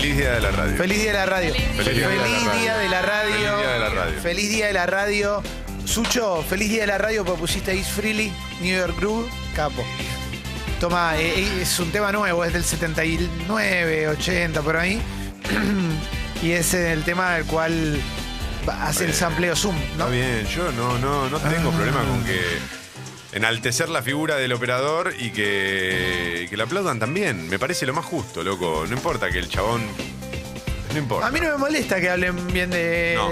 día de la radio. Feliz día de la radio. Feliz día de la Feliz radio. día de la radio. Feliz día de la radio. Feliz día de la radio. Sucho, feliz día de la radio porque pusiste East Freely, New York Groove, capo. Toma, eh, eh, es un tema nuevo, es del 79, 80, por ahí. y es el tema del cual va- hace el Bien. sampleo Zoom, ¿no? Está bien, yo Eh, no, no, no tengo Ah. problema con que enaltecer la figura del operador y que, y que la aplaudan también. Me parece lo más justo, loco. No importa que el chabón. No importa. A mí no me molesta que hablen bien de. No,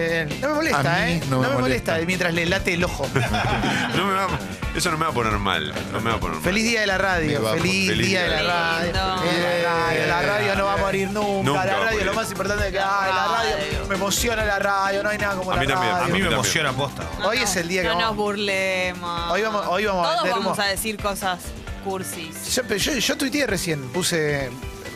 me molesta, A mí ¿eh? no me me molesta. molesta. mientras le late el ojo. No me va- eso no me va a poner mal. No me va a poner mal. Feliz día de la radio, Me va, feliz, feliz día de la día. radio. Lindo. Feliz día de la radio, La radio no va a morir nunca. Nunca va la a radio es lo morir. más importante que hay. La radio, me emociona la radio, no hay nada como A la mí también, a radio. A mí me También. emociona posta. Hoy es el día que No vamos- nos burlemos. Hoy vamos- hoy vamos a Todos vender vamos humo. a decir cosas cursis. Yo, pero yo, yo tuiteé recién, puse.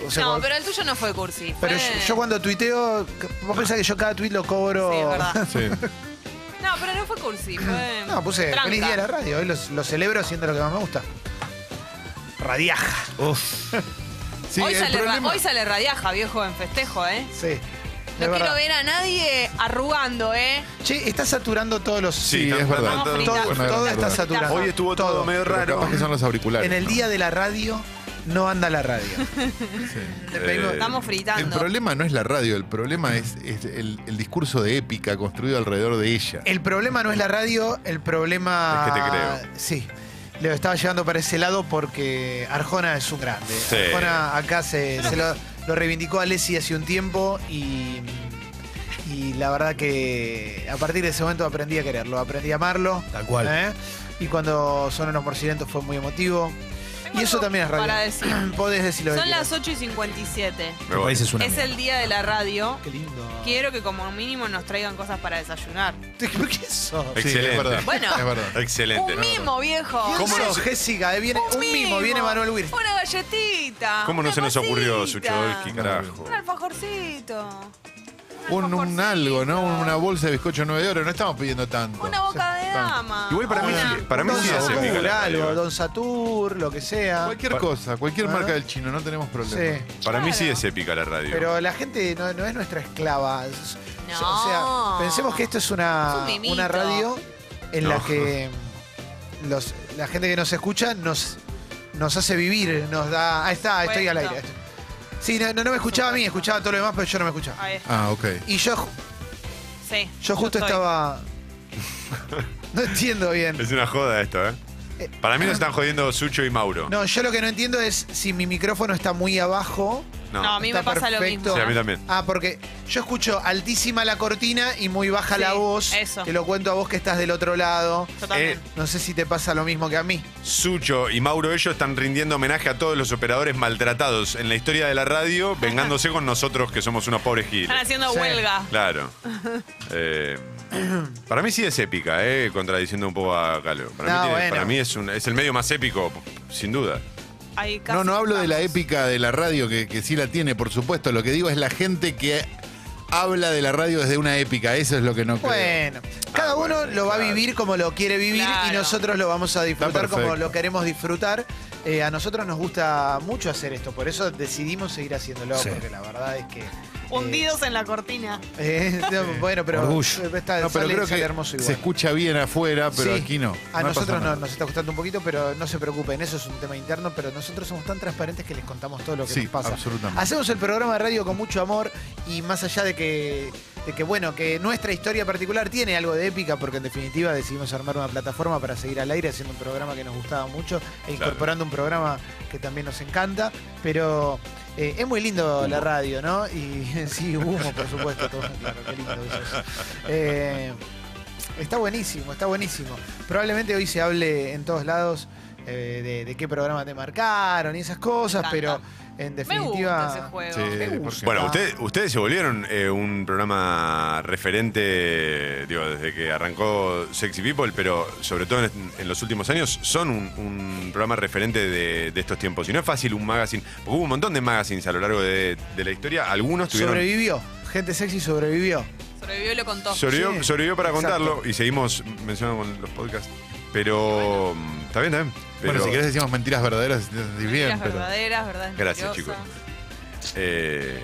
o sea, no, cuando- pero el tuyo no fue cursi. pero fue- yo, yo cuando tuiteo, vos pensás que yo cada tuit lo cobro. Sí, es verdad. Sí. No, pero no fue cursi. Fue No, puse tranca. feliz día de la radio. Hoy los- lo, celebro haciendo lo que más me gusta. Radiaja. Uf. Sí, hoy, el sale, ra- problema- hoy sale radiaja, viejo, en festejo, ¿eh? Sí. No es quiero verdad. ver a nadie arrugando, ¿eh? Che, está saturando todos los. Sí, están es verdad. tratando- Vamos Todo, Es una todo gran está verdad. saturado. Hoy estuvo todo, medio Pero raro. capaz que son los auriculares. En el día de la radio no anda la radio. Le pedimos- Eh, Estamos fritando. El problema no es la radio, el problema es, es el, el discurso de épica construido alrededor de ella. el problema no es la radio, el problema. Es que te creo. Sí. Lo estaba llevando para ese lado porque Arjona es un grande. Sí. Arjona acá se, se lo, lo reivindicó a Lessi hace un tiempo y. Y la verdad que a partir de ese momento aprendí a quererlo, aprendí a amarlo. Tal cual. ¿eh? Y cuando son unos morcilentos fue muy emotivo. Tengo Y eso algo también es radio. para decir. Podés decirlo. Son las 8 y 57. Me voy. es una Es el día de la radio. Qué lindo. Quiero que como mínimo nos traigan cosas para desayunar. ¿Por qué eso? Sí, Excelente. es verdad. Bueno. Es verdad. Excelente. Un mimo, viejo. ¿Cómo ¿Cómo no? no se- Jessica, eh, viene, un, mimo, viene Manuel Huir. Una galletita. ¿Cómo no una se nos ocurrió, cosita, Suchodolski, carajo? Un alfajorcito. Un, un alfajorcito, algo, ¿no? Una bolsa de bizcocho 9 de oro, no estamos pidiendo tanto. Una boca de dama. Igual para mí, Una- sí- para mí Don sí hace Satur, pica la radio. algo, Don Satur, lo que sea. Cualquier cosa, cualquier Bueno. marca del chino, no tenemos Sí. problema. Para mí sí Claro. es épica la radio. Pero la gente no, no es nuestra esclava. S- No. O sea, pensemos que esto es Es una, un mimito. una radio en la No. que los, la gente que nos escucha nos, nos hace vivir, nos da. Ahí está, estoy al aire. Supuesto. Sí, no, no- no me escuchaba a mí, escuchaba todo lo demás, pero yo no me escuchaba. Ahí está. Ah, ok. Y yo, ju- Sí. yo justo estoy. estaba. No entiendo bien. Es una joda esto, ¿eh? Eh, Para mí nos están jodiendo Sucho y Mauro. No, yo lo que no entiendo es si mi micrófono está muy abajo. No. No, a mí me Está pasa perfecto. lo mismo. Sí, a mí también. Ah, porque yo escucho altísima la cortina y muy baja Sí, la voz. eso. Te lo cuento a vos que estás del otro lado. Yo Eh, también. No sé si te pasa lo mismo que a mí. Sucho y Mauro ellos están rindiendo homenaje a todos los operadores maltratados en la historia de la radio, vengándose con nosotros que somos unos pobres giles. Están haciendo Sí. huelga. Claro. Eh, para mí sí es épica, eh, contradiciendo un poco a Calo. Para, No, mí, tiene- bueno. para mí es, un- es el medio más épico, sin duda. Ahí casi No, no hablo de la estamos. épica de la radio, que, que sí la tiene, por supuesto. Lo que digo es la gente que habla de la radio desde una épica. Eso es lo que no creo. Bueno, cada Ah, bueno, uno lo va a claro. vivir como lo quiere vivir y Claro. nosotros lo vamos a disfrutar como perfecto. lo queremos disfrutar. Eh, a nosotros nos gusta mucho hacer esto, por eso decidimos seguir haciéndolo, Sí. porque la verdad es que. eh, Hundidos en la cortina. eh, no, bueno, pero Orgullo. eh, está, No, pero sale- creo sale que hermoso igual. se escucha bien afuera, pero Sí. aquí no. A No pasa Ah, nosotros no, nada. nos está gustando un poquito, pero no se preocupen, eso es un tema interno, pero nosotros somos tan transparentes que les contamos todo lo que Sí, nos pasa. absolutamente. Hacemos el programa de radio con mucho amor y más allá de que, de que, bueno, que nuestra historia particular tiene algo de épica, porque en definitiva decidimos armar una plataforma para seguir al aire haciendo un programa que nos gustaba mucho e incorporando un programa que también nos encanta, pero eh, es muy lindo la radio, ¿no? Y sí, humo, por supuesto, todo, claro, qué lindo eso es. Eh, Está buenísimo, está buenísimo. Probablemente hoy se hable en todos lados eh, de, de qué programa te marcaron y esas cosas, Me pero encanta. en Me definitiva. gusta ese juego. Sí, Me ¿por gusta. qué? Bueno, usted- ustedes se volvieron eh, un programa referente, digo, desde que arrancó Sexy People, pero sobre todo en, en los últimos años son un, un programa referente de, de estos tiempos. Y no es fácil un magazine, porque hubo un montón de magazines a lo largo de, de la historia. Algunos tuvieron. sobrevivió. Gente sexy sobrevivió. Sobrevivió y lo contó. sobrevivió, Sí, sobrevivió para exacto. contarlo y seguimos mencionando con los podcasts. Pero. mm, Está bien, está bien. Pero, Bueno, si querés decimos mentiras verdaderas, si te sentís bien, Mentiras pero. verdaderas, verdades Gracias, mentirosas. chicos. eh,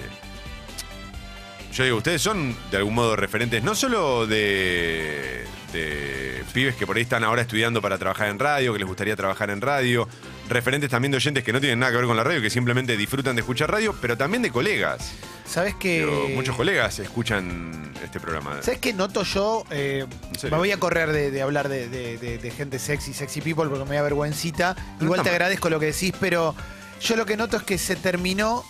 yo digo, ustedes son de algún modo referentes, no solo de, de pibes que por ahí están ahora estudiando para trabajar en radio, que les gustaría trabajar en radio, referentes también de oyentes que no tienen nada que ver con la radio, que simplemente disfrutan de escuchar radio, pero también de colegas. ¿Sabes Digo, que muchos colegas escuchan este programa. Eh, ¿Sabes qué noto yo? Eh, En serio. me voy a correr de, de hablar de, de- de- de gente sexy, sexy people, porque me da vergüencita. Igual está te mal. agradezco lo que decís, pero yo lo que noto es que se terminó,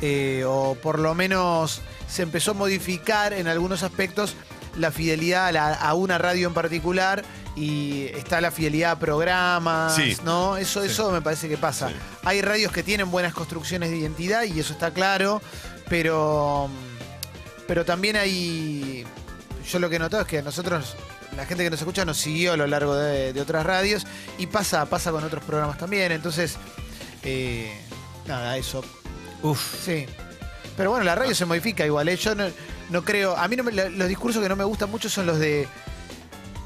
eh, o por lo menos se empezó a modificar en algunos aspectos la fidelidad a, la- a una radio en particular y está la fidelidad a programas, Sí. ¿no? Eso, eso me parece que pasa. Sí. Hay radios que tienen buenas construcciones de identidad y eso está claro, pero... Pero también hay. Yo lo que he notado es que nosotros, la gente que nos escucha, nos siguió a lo largo de, de otras radios y pasa, pasa con otros programas también. Entonces, eh, nada, eso. Uf. Sí. Pero bueno, la radio se modifica igual. ¿eh? Yo no, no creo. A mí no me- la- los discursos que no me gustan mucho son los de.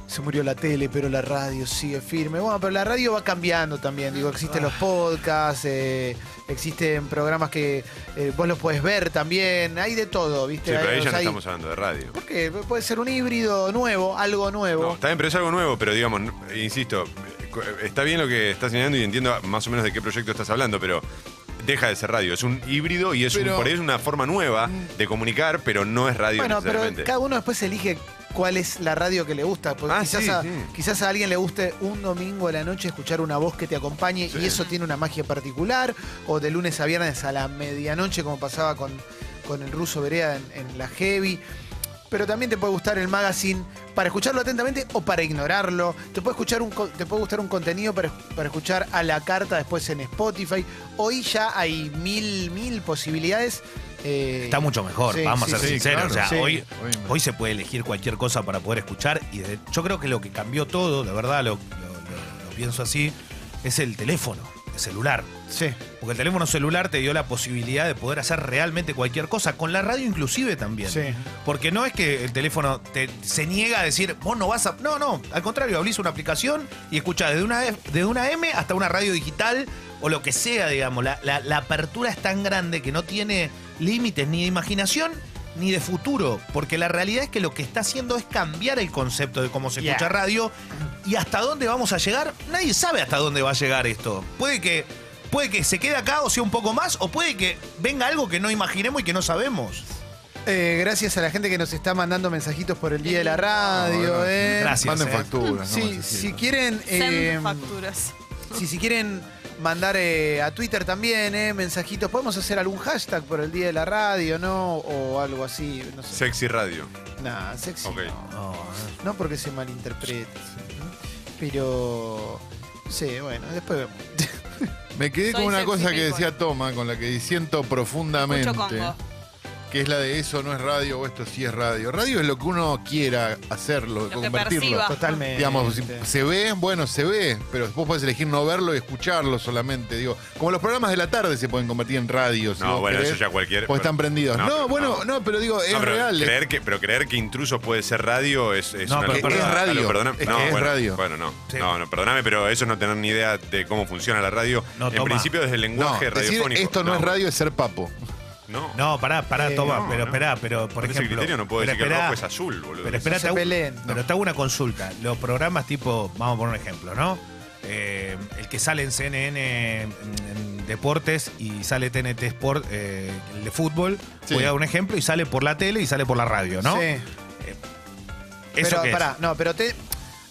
Se murió la tele, pero la radio sigue firme. Bueno, pero la radio va cambiando también. Digo, existen los podcasts, eh, existen programas que eh, vos los podés ver también. Hay de todo, ¿viste? Sí, pero Hay- ahí ya o no sea, hay- estamos hablando de radio. porque puede ser un híbrido nuevo, algo No, nuevo. está bien, pero es algo nuevo, pero digamos, no- insisto, eh, está bien lo que estás señalando y entiendo más o menos de qué proyecto estás hablando, pero deja de ser radio, es un híbrido y es un- Pero- por ahí es una forma nueva de comunicar, pero no es radio bueno, pero necesariamente. cada uno después elige cuál es la radio que le gusta. Porque Ah, quizás, sí, a, sí. quizás a alguien le guste un domingo a la noche escuchar una voz que te acompañe Sí. y eso tiene una magia particular. O de lunes a viernes a la medianoche, como pasaba con, con el ruso Vereda en, en la Heavy. Pero también te puede gustar el magazine para escucharlo atentamente o para ignorarlo. Te puede, escuchar un, co- te puede gustar un contenido para, para escuchar a la carta después en Spotify. Hoy ya hay mil, mil posibilidades. eh, Está mucho mejor, Sí, vamos sí, a ser sí, sinceros. claro. o sea, Sí. hoy, Hoy me- hoy se puede elegir cualquier cosa para poder escuchar. Y de- yo creo que lo que cambió todo, de verdad, lo, lo- lo- lo pienso así, es el teléfono, el celular. Sí. Porque el teléfono celular te dio la posibilidad de poder hacer realmente cualquier cosa, con la radio inclusive también. Sí. Porque no es que el teléfono te, se niega a decir, vos no vas a... No, no, al contrario, abrís una aplicación y escuchás desde una, F- desde una M hasta una radio digital o lo que sea, digamos. La, la- la apertura es tan grande que no tiene límites ni de imaginación ni de futuro. Porque la realidad es que lo que está haciendo es cambiar el concepto de cómo se Yeah. escucha radio y hasta dónde vamos a llegar. Nadie sabe hasta dónde va a llegar esto. Puede que... Puede que se quede acá o sea un poco más, o puede que venga algo que no imaginemos y que no sabemos. Eh, gracias a la gente que nos está mandando mensajitos por el día de la radio. Bueno, eh. Gracias, Manden eh. facturas. no Sí, más así, si ¿no? quieren, eh, Send facturas. si, si quieren mandar eh, a Twitter también eh, mensajitos, podemos hacer algún hashtag por el día de la radio, ¿no? O algo así, no sé. Sexy radio. Nah, sexy. Ok. No. No, eh. No porque se malinterprete. Pero sí, bueno, después vemos. Me quedé con Soy una sexy cosa que people. decía Toma, con la que disiento profundamente. Mucho congo. que es la de eso no es radio o esto sí es radio. Radio es lo que uno quiera hacerlo, que convertirlo. perciba. Totalmente. Digamos, si Este. se ve, bueno, se ve, pero después puedes elegir no verlo y escucharlo solamente. Digo, como los programas de la tarde se pueden convertir en radio. si No, vos bueno, querés, eso ya cualquier. Porque están prendidos. No, pero bueno, no. pero digo, es No, pero real. es- Creer que, pero creer que intruso puede ser radio es, es No, una pero locura. es Dalo, radio. perdóname. Es no, que es bueno, radio. Bueno, no. Sí. No, no, perdóname, pero eso es no tener ni idea de cómo funciona la radio. No, en toma. principio desde el No, lenguaje decir radiofónico. esto no, es radio es ser papo. No. No, pará, pará, Eh, toma, no, pero no. esperá, pero por Por ese ejemplo. criterio no puedo pero decir que el esperá, rojo es azul, boludo. Pero No esperá, se te hago- peleen. pero te hago una consulta. Los programas tipo, vamos a poner un ejemplo, ¿no? Eh, el que sale en CNN en, en deportes y sale TNT Sport, eh, el de fútbol, Sí. voy a dar un ejemplo, y sale por la tele y sale por la radio, ¿no? Sí. ¿Eso pero qué es? pará, no, pero te.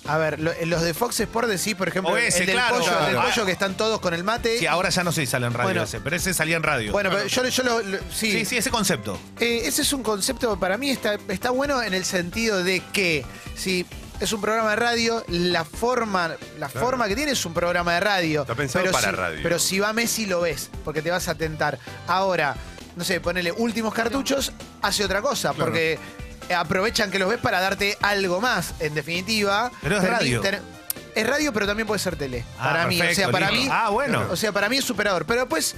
A ver, lo- los de Fox Sports decís, por ejemplo, O ese, el del claro, pollo, el del claro. pollo que están todos con el mate. Sí, ahora ya no se sale en radio eh, Bueno. ese, pero ese salía en radio. bueno, pero yo, yo lo, lo- sí, sí, sí, ese concepto. Eh, ese es un concepto que para mí está, está bueno en el sentido de que si es un programa de radio, la forma, la Claro. forma que tiene es un programa de radio. Está pensado para si- radio. Pero si va Messi lo ves, porque te vas a tentar. Ahora, no sé, ponele últimos cartuchos, hace otra cosa, Claro. porque aprovechan que los ves para darte algo más, en definitiva. Pero es termi- radio. ter- es radio, pero también puede ser tele. Ah, para mí, o sea, perfecto, para listo. mí. Ah, bueno. O sea, para mí es superador. Pero después,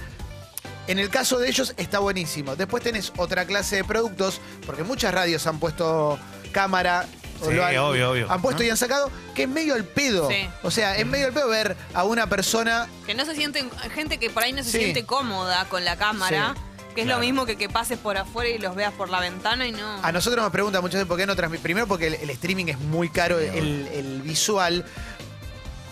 en el caso de ellos está buenísimo. Después tenés otra clase de productos, porque muchas radios han puesto cámara. o Sí, lo han, obvio, obvio. Han puesto y han sacado, que es medio el pedo. Sí. O sea, es medio el pedo ver a una persona Que no se sienten, gente que por ahí no se Sí. siente cómoda con la cámara. Sí. que es Claro. lo mismo que que pases por afuera y los veas por la ventana y no. A nosotros nos preguntan muchas veces por qué no transmitimos. Primero porque el, el streaming es muy caro, el, el visual.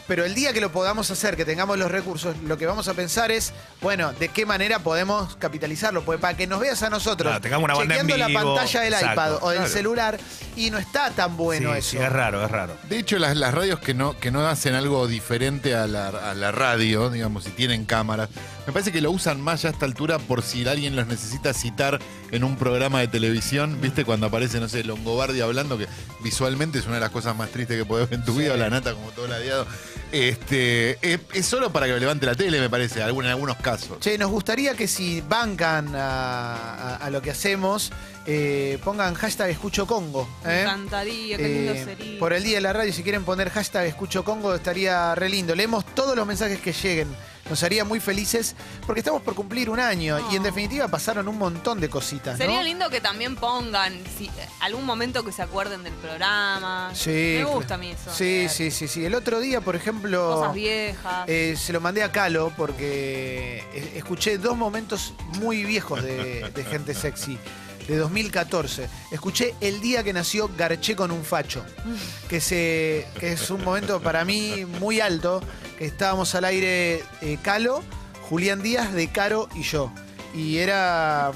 Pero el día que lo podamos hacer, que tengamos los recursos, lo que vamos a pensar es, bueno, de qué manera podemos capitalizarlo. Pues para que nos veas a nosotros, Claro, tengamos una banda en chequeando la vivo, pantalla del exacto, iPad o del claro. celular, y no está tan bueno sí, eso. sí, es raro, es raro. De hecho, las, las radios que no, que no hacen algo diferente a la, a la radio, digamos, si tienen cámaras, me parece que lo usan más ya a esta altura por si alguien los necesita citar en un programa de televisión, ¿viste? Cuando aparece, no sé, Longobardi hablando, que visualmente es una de las cosas más tristes que podés ver en tu vida, o la nata como todo ladeado. Este, es, es solo para que levante la tele, me parece, algún- en algunos casos. Che, nos gustaría que si bancan a, a- a lo que hacemos, eh, pongan hashtag escucho Congo. Me ¿eh? encantaría, qué lindo Eh, sería. Por el día de la radio, si quieren poner hashtag escucho Congo, estaría re lindo. Leemos todos los mensajes que lleguen. Nos haría muy felices porque estamos por cumplir un año y en Oh. definitiva pasaron un montón de cositas. Sería ¿no? lindo que también pongan si, algún momento que se acuerden del programa. Sí, Me cl- gusta a mí eso. Sí, ver sí, sí, sí. El otro día, por ejemplo. Cosas viejas. Eh, se lo mandé a Calo porque es- escuché dos momentos muy viejos de, de Gente Sexy, de 2014. Escuché el día que nació Garché con un facho, que, se, que es un momento para mí muy alto, que estábamos al aire eh, Calo, Julián Díaz, De Caro y yo. Y era,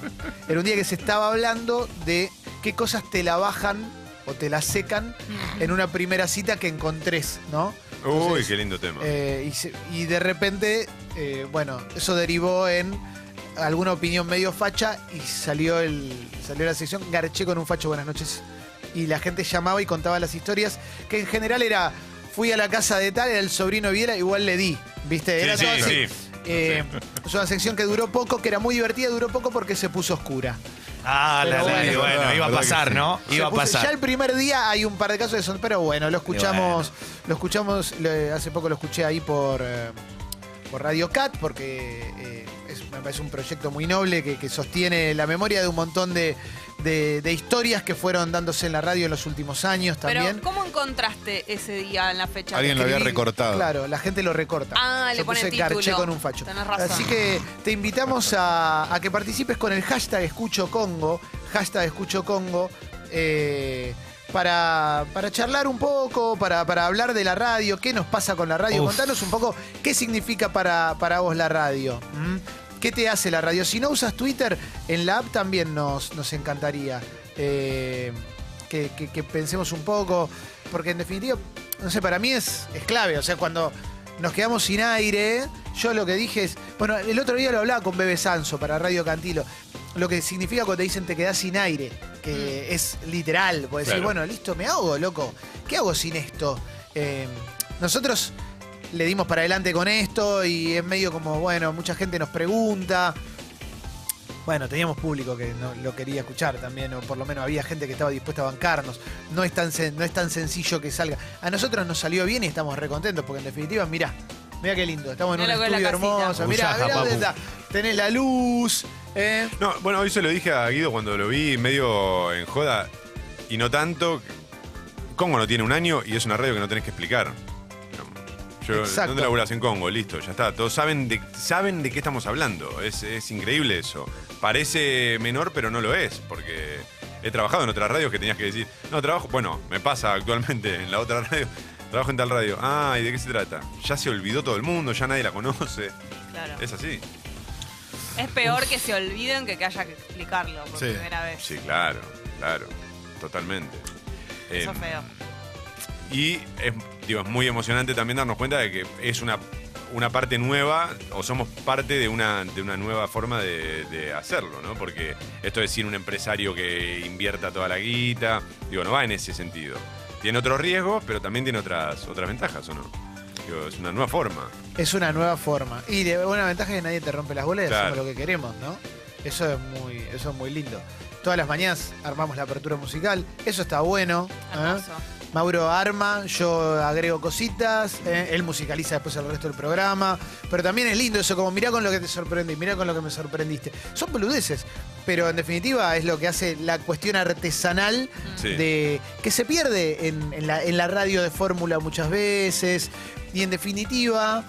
era un día que se estaba hablando de qué cosas te la bajan o te la secan en una primera cita que encontrés, ¿no? Uy, Entonces, qué lindo tema. eh, y, se- y de repente, eh, bueno, eso derivó en alguna opinión medio facha y salió el salió la sección Garché con un facho, buenas noches. Y la gente llamaba y contaba las historias, que en general era, fui a la casa de tal, era el sobrino de Viera, igual le di, ¿viste? Sí, Era sí, todo así. sí. Eh, Es una sección que duró poco, que era muy divertida, duró poco porque se puso oscura. Ah, Pero la bueno, ley, es bueno, verdad, iba verdad a que pasar, sí. ¿no? Se Iba a puso- Ya el pasar. primer día hay un par de casos de son, pero bueno, lo escuchamos, Y lo escuchamos, le- hace poco lo escuché ahí por, eh, por Radio Cat, porque eh, es- me parece un proyecto muy noble que, que sostiene la memoria de un montón de, de- de historias que fueron dándose en la radio en los últimos años Pero, también. ¿cómo encontraste ese día en la fecha? Alguien lo había Escribí- recortado. Claro, la gente lo recorta. Ah, le Yo pone puse título. garché con un facho. Tenés razón. Así que te invitamos a, a que participes con el hashtag Escucho Congo, hashtag Escucho Congo, eh, para, para charlar un poco, para, para hablar de la radio, qué nos pasa con la radio. Uf. Contanos un poco qué significa para, para vos la radio. ¿m? ¿Qué te hace la radio? Si no usas Twitter, en la app también nos, nos encantaría eh, que, que- que pensemos un poco, porque en definitiva, no sé, para mí es, es clave. O sea, cuando nos quedamos sin aire, yo lo que dije es, bueno, el otro día lo hablaba con Bebe Sanso para Radio Cantilo, lo que significa cuando te dicen te quedás sin aire, que es literal, porque decir, Claro. bueno, listo, me ahogo, loco, ¿qué hago sin esto? Eh, nosotros le dimos para adelante con esto y es medio como, bueno, mucha gente nos pregunta. Bueno, teníamos público que no- lo quería escuchar también, o por lo menos había gente que estaba dispuesta a bancarnos. No es tan, sen- no es tan sencillo que salga. A nosotros nos salió bien y estamos recontentos, porque en definitiva, mirá, mirá qué lindo. Estamos en Mirá un lo que es la estudio casita. hermoso, mirá, Usaja, mirá dónde papu. está. Tenés la luz, ¿eh? No, bueno, hoy se lo dije a Guido cuando lo vi medio en joda y no tanto. Congo no tiene un año y es una radio que no tenés que explicar. No, Yo, Exacto. ¿Dónde laburás en Congo? Listo, ya está. Todos saben de, saben de qué estamos hablando. Es, es increíble eso. Parece menor, pero no lo es, porque he trabajado en otras radios que tenías que decir, no, trabajo, bueno, me pasa actualmente en la otra radio, trabajo en tal radio. Ah, ¿y de qué se trata? Ya se olvidó todo el mundo, ya nadie la conoce. Claro. Es así. Es peor que se olviden que, que haya que explicarlo por Sí, primera vez. Sí, claro, claro, totalmente. Eso Eh, es feo. y es, digo, es muy emocionante también darnos cuenta de que es una, una parte nueva o somos parte de una, de una nueva forma de, de hacerlo, ¿no? Porque esto es sin un empresario que invierta toda la guita, digo, no va en ese sentido. Tiene otros riesgos, pero también tiene otras, otras ventajas, ¿o no? Digo, es una nueva forma. Es una nueva forma. Y de- una ventaja es que nadie te rompe las bolas y Claro. hacemos lo que queremos, ¿no? Eso es muy, eso es muy lindo. Todas las mañanas armamos la apertura musical, eso está bueno. ¿eh? Hermoso. Mauro arma, yo agrego cositas, ¿eh? él musicaliza después el resto del programa. Pero también es lindo eso, como mirá con lo que te sorprendí, mirá con lo que me sorprendiste. Son peludeces, pero en definitiva es lo que hace la cuestión artesanal Sí. de que se pierde en, en la, en la radio de fórmula muchas veces. Y en definitiva,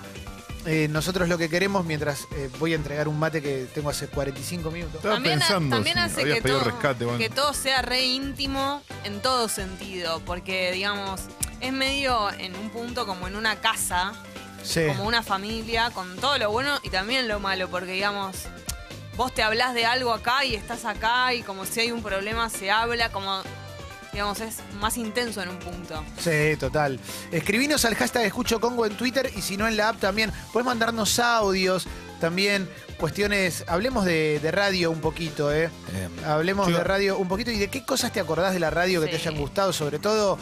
eh, nosotros lo que queremos, mientras eh, voy a entregar un mate que tengo hace 45 minutos, Estaba también, ha- pensando también si hace habías que pedido todo, rescate, Juan. que todo sea re íntimo en todo sentido, porque digamos, es medio en un punto como en una casa, Sí. como una familia, con todo lo bueno y también lo malo, porque digamos, vos te hablas de algo acá y estás acá y como si hay un problema se habla, como digamos, es más intenso en un punto. Sí, total. Escribinos al hashtag Escucho Congo en Twitter y si no en la app también. Puedes mandarnos audios, también cuestiones. Hablemos de, de radio un poquito, ¿eh? Hablemos yo- de radio un poquito y de qué cosas te acordás de la radio que te Sí. hayan gustado, sobre todo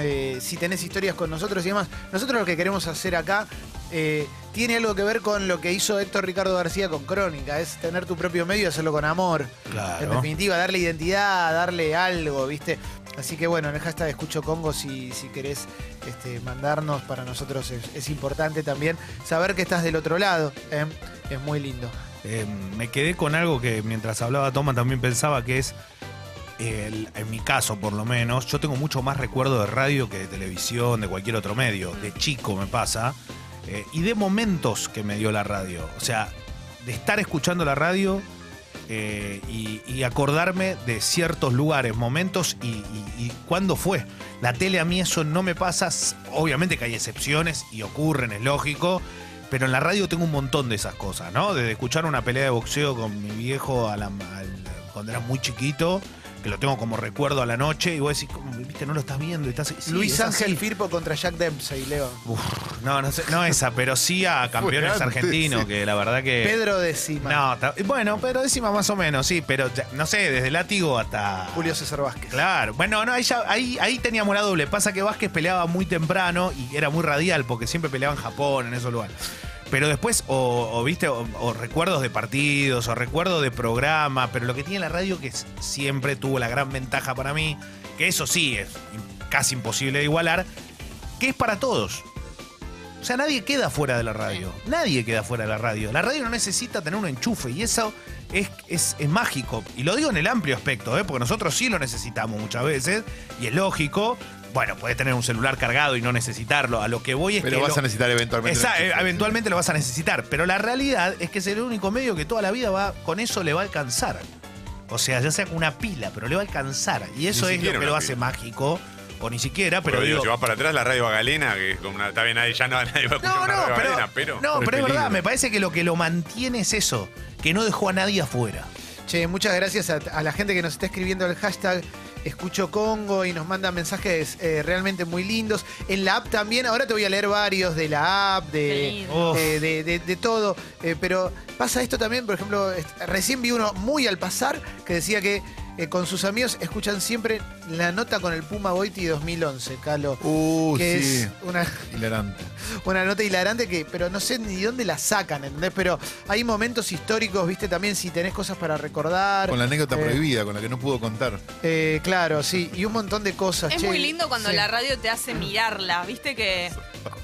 eh, si tenés historias con nosotros y demás. Nosotros lo que queremos hacer acá eh, tiene algo que ver con lo que hizo Héctor Ricardo García con Crónica, es tener tu propio medio y hacerlo con amor. En Claro. definitiva, darle identidad, darle algo, ¿viste? Así que bueno, en el hashtag Escucho Congo, si, si querés este, mandarnos, para nosotros es, es importante también saber que estás del otro lado. ¿eh? Es muy lindo. Eh, me quedé con algo que mientras hablaba Toma también pensaba que es, el- en mi caso por lo menos, yo tengo mucho más recuerdo de radio que de televisión, de cualquier otro medio. De chico me pasa. eh, y de momentos que me dio la radio. O sea, de estar escuchando la radio eh, y, y acordarme de ciertos lugares, momentos y, y- y cuándo fue. La tele a mí eso no me pasa. S- Obviamente que hay excepciones y ocurren, es lógico. Pero en la radio tengo un montón de esas cosas, ¿no? Desde escuchar una pelea de boxeo con mi viejo a la- al- cuando era muy chiquito, que lo tengo como recuerdo a la noche, y vos decís, ¿cómo? viste, no lo estás viendo. y estás- sí, Luis es así. Ángel Firpo contra Jack Dempsey, Leo. Uf, no, no, sé, no esa, pero sí a campeones antes, argentinos, sí. que la verdad que. Pedro Decima. Eh, No, ta- bueno, Pedro Décima más o menos, sí, pero ya- no sé, desde látigo hasta. Julio César Vázquez. Claro, bueno, no, ahí, ya- ahí, ahí teníamos la doble. Pasa que Vázquez peleaba muy temprano y era muy radial porque siempre peleaba en Japón, en esos lugares. Pero después, o, o, viste, o, o recuerdos de partidos, o recuerdos de programa, pero lo que tiene la radio que s- siempre tuvo la gran ventaja para mí, que eso sí es im- casi imposible de igualar, que es para todos. O sea, nadie queda fuera de la radio. Nadie queda fuera de la radio. La radio no necesita tener un enchufe y eso es, es, es mágico. Y lo digo en el amplio aspecto, ¿eh? porque nosotros sí lo necesitamos muchas veces y es lógico. Bueno, puede tener un celular cargado y no necesitarlo. A lo que voy es Pero que. vas lo- a necesitar eventualmente. Esa- eh, un enchufe. eventualmente lo vas a necesitar, pero la realidad es que es el único medio que toda la vida va con eso le va a alcanzar. O sea, ya sea con una pila, pero le va a alcanzar. Y eso es lo siquiera que una lo pila. hace mágico, o ni siquiera, Pero pero digo, digo- si vas para atrás, la radio Bagalena, que es como una. Está bien, nadie, ya no, nadie va a escuchar No, una no, radio pero, Bagalena, pero. no, Pero pero es peligro. verdad, me parece que lo que lo mantiene es eso, que no dejó a nadie afuera. Che, muchas gracias a, a la gente que nos está escribiendo el hashtag Escucho Congo y nos manda mensajes eh, realmente muy lindos. En la app también, ahora te voy a leer varios de la app, Qué de, lindo. Uf. de, de- de- de todo. Eh, pero pasa esto también, por ejemplo, est- recién vi uno muy al pasar que decía que eh, con sus amigos escuchan siempre la nota con el Puma Boiti 2011, Calo. Uh, que sí. es una, Hilarante. una nota hilarante que, pero no sé ni dónde la sacan, ¿entendés? Pero hay momentos históricos, viste, también si tenés cosas para recordar. Con la anécdota Eh, prohibida, con la que no pudo contar. Eh, claro, sí, y un montón de cosas. Es che. muy lindo cuando Sí. la radio te hace mirarla, viste que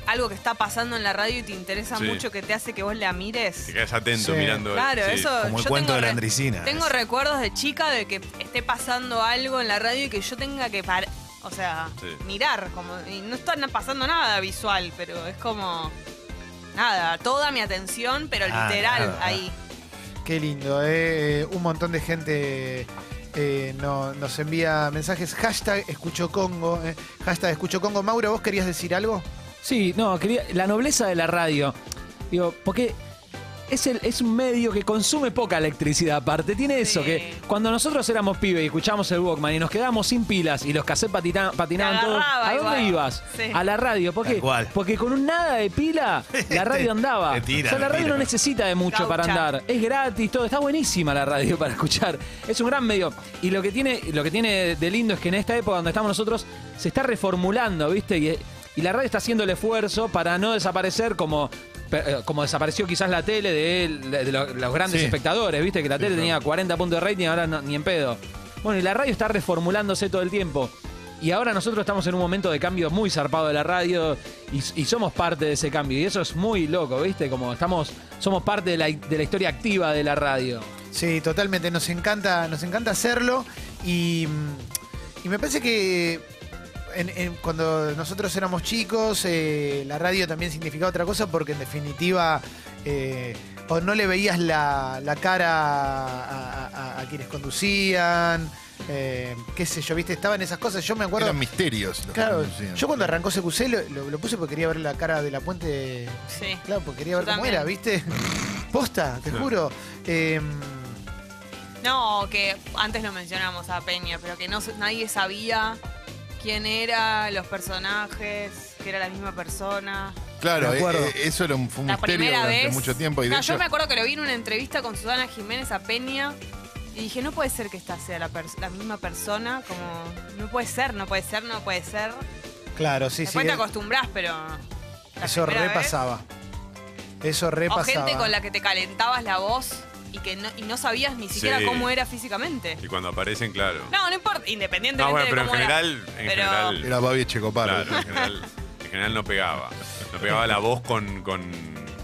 algo que está pasando en la radio y te interesa Sí. mucho que te hace que vos la mires. Te quedas atento Sí. mirando. Claro, sí. eso. Como el yo cuento tengo de la re- Andricina. Tengo recuerdos de chica de que esté pasando algo en la radio y que yo tenga que parar. O sea, Sí. mirar, como. Y no está na- pasando nada visual, pero es como. Nada, toda mi atención, pero Ah, literal nada. ahí. Qué lindo, eh. Eh, Un montón de gente eh, no- nos envía mensajes. Hashtag escucho Congo. eh. Hashtag escucho Congo. Mauro, ¿vos querías decir algo? Sí, no, quería, la nobleza de la radio. Digo, porque es, el, es un medio que consume poca electricidad aparte. Tiene eso, Sí. que cuando nosotros éramos pibes y escuchábamos el Walkman y nos quedábamos sin pilas y los cassettes patina- patinaban Te todos, agarraba ¿a dónde igual. ibas? Sí. A la radio. ¿Por Tal qué? cual. Porque con un nada de pila, la radio andaba. Te tira, o sea, la te radio tira. no necesita de mucho para Gaucha. andar. Es gratis, todo. Está buenísima la radio para escuchar. Es un gran medio. Y lo que tiene, lo que tiene de lindo es que en esta época donde estamos nosotros se está reformulando, ¿viste? Y, y la radio está haciendo el esfuerzo para no desaparecer como, pe- eh, como desapareció quizás la tele de, de lo- los grandes Sí. espectadores, ¿viste? Que la tele tenía 40 puntos de rating y ahora no- ni en pedo. Bueno, y la radio está reformulándose todo el tiempo. Y ahora nosotros estamos en un momento de cambio muy zarpado de la radio y, y somos parte de ese cambio. Y eso es muy loco, ¿viste? Como estamos, somos parte de la, de la historia activa de la radio. Sí, totalmente. Nos encanta, nos encanta hacerlo. Y, mm, y me parece que en- en- cuando nosotros éramos chicos, eh, la radio también significaba otra cosa porque en definitiva eh, o no le veías la, la cara a, a- a- a quienes conducían, eh, qué sé yo, viste, estaban esas cosas. Yo me acuerdo... Eran misterios. los que Claro, conducían. yo cuando arrancó CQC lo, lo- lo puse porque quería ver la cara de la puente. Sí. Claro, porque quería ver Yo cómo también. era, ¿viste? Posta, te juro. Eh, No, que antes lo mencionamos a Peña, pero que no, se- nadie sabía quién era, los personajes, que era la misma persona. Claro, De acuerdo. eh, eh, eso era un, fue un la misterio primera durante vez. mucho tiempo. Y de No, hecho, yo me acuerdo que lo vi en una entrevista con Susana Jiménez a Peña y dije, no puede ser que esta sea la, pers- la misma persona, como, no puede ser, no puede ser, no puede ser. claro, sí, sí. Después te acostumbrás, pero... la Eso primera vez- repasaba. Eso O repasaba. gente con la que te calentabas la voz y que no, y no sabías ni siquiera Sí. cómo era físicamente. Y cuando aparecen, claro. No, no importa, independientemente No, bueno, pero de en cómo era. general, en Pero- general, Era Babi Checopar. claro, en general, en general no pegaba. No pegaba la voz con, con,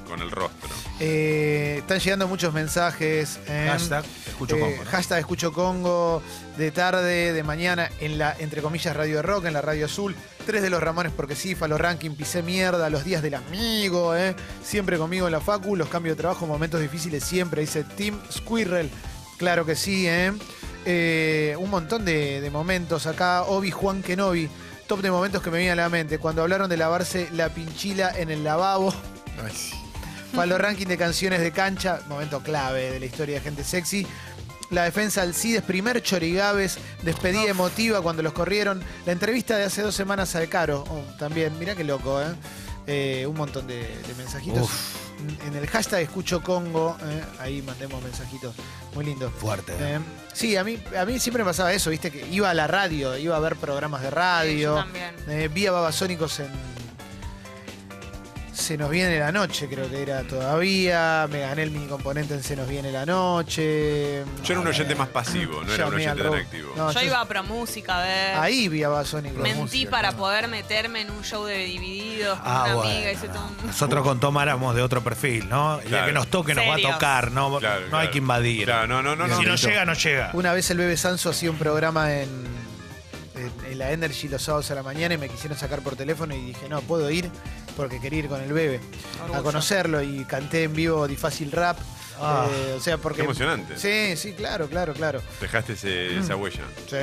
con el rostro. Eh, están llegando muchos mensajes. eh, Hashtag, escucho eh, Congo, ¿no? hashtag escucho Congo de tarde, de mañana, en la, entre comillas, Radio Rock, en la Radio Azul. Tres de los Ramones porque sí, Falo Ranking, Pisé Mierda, Los Días del Amigo, eh, siempre conmigo en la Facu, los cambios de trabajo, momentos difíciles siempre, dice Tim Squirrel. Claro que sí, eh. Eh, un montón de, de momentos acá. Obi Juan Kenobi, top de momentos que me vienen a la mente. Cuando hablaron de lavarse la pinchila en el lavabo. Ay, sí. Palo ranking de canciones de cancha, momento clave de la historia de gente sexy. La defensa Alcides, primer Chorigaves, despedida emotiva cuando los corrieron. La entrevista de hace dos semanas al Caro, oh, también, mirá qué loco, ¿eh? Eh, un montón de, de mensajitos. En el hashtag escucho Congo, ¿eh? ahí mandemos mensajitos. Muy lindo. Fuerte. Eh, sí, a mí, a mí siempre me pasaba eso, viste, que iba a la radio, iba a ver programas de Sí, yo radio. también. Eh, vía Babasónicos en. Se nos viene la noche, creo que era todavía. Me gané el mini componente en Se nos viene la noche. Eh, Yo era un oyente más pasivo, no era un Ah, Yo, mira, oyente tan Raúl. activo. No, yo iba a Promúsica a ver. Ahí vía Babasónicos. Mentí Música, para claro. poder meterme en un show de divididos con Ah, una bueno, amiga. Hice no. todo un- Nosotros con Tom éramos de otro perfil, ¿no? El día Claro. que nos toque nos va a Serios. tocar, no, Claro, no hay claro. que invadir. Claro, no, no, no, no. Si no llega, no llega. Una vez el bebé Sanso hacía un programa en, en- en la Energy los sábados a la mañana y me quisieron sacar por teléfono y dije, no, puedo ir porque quería ir con el bebé a Orgullo. conocerlo y canté en vivo Difácil Rap. Ah, Eh, o sea, porque... Qué emocionante. Sí, sí, claro, claro, claro. Dejaste ese- esa huella. Sí.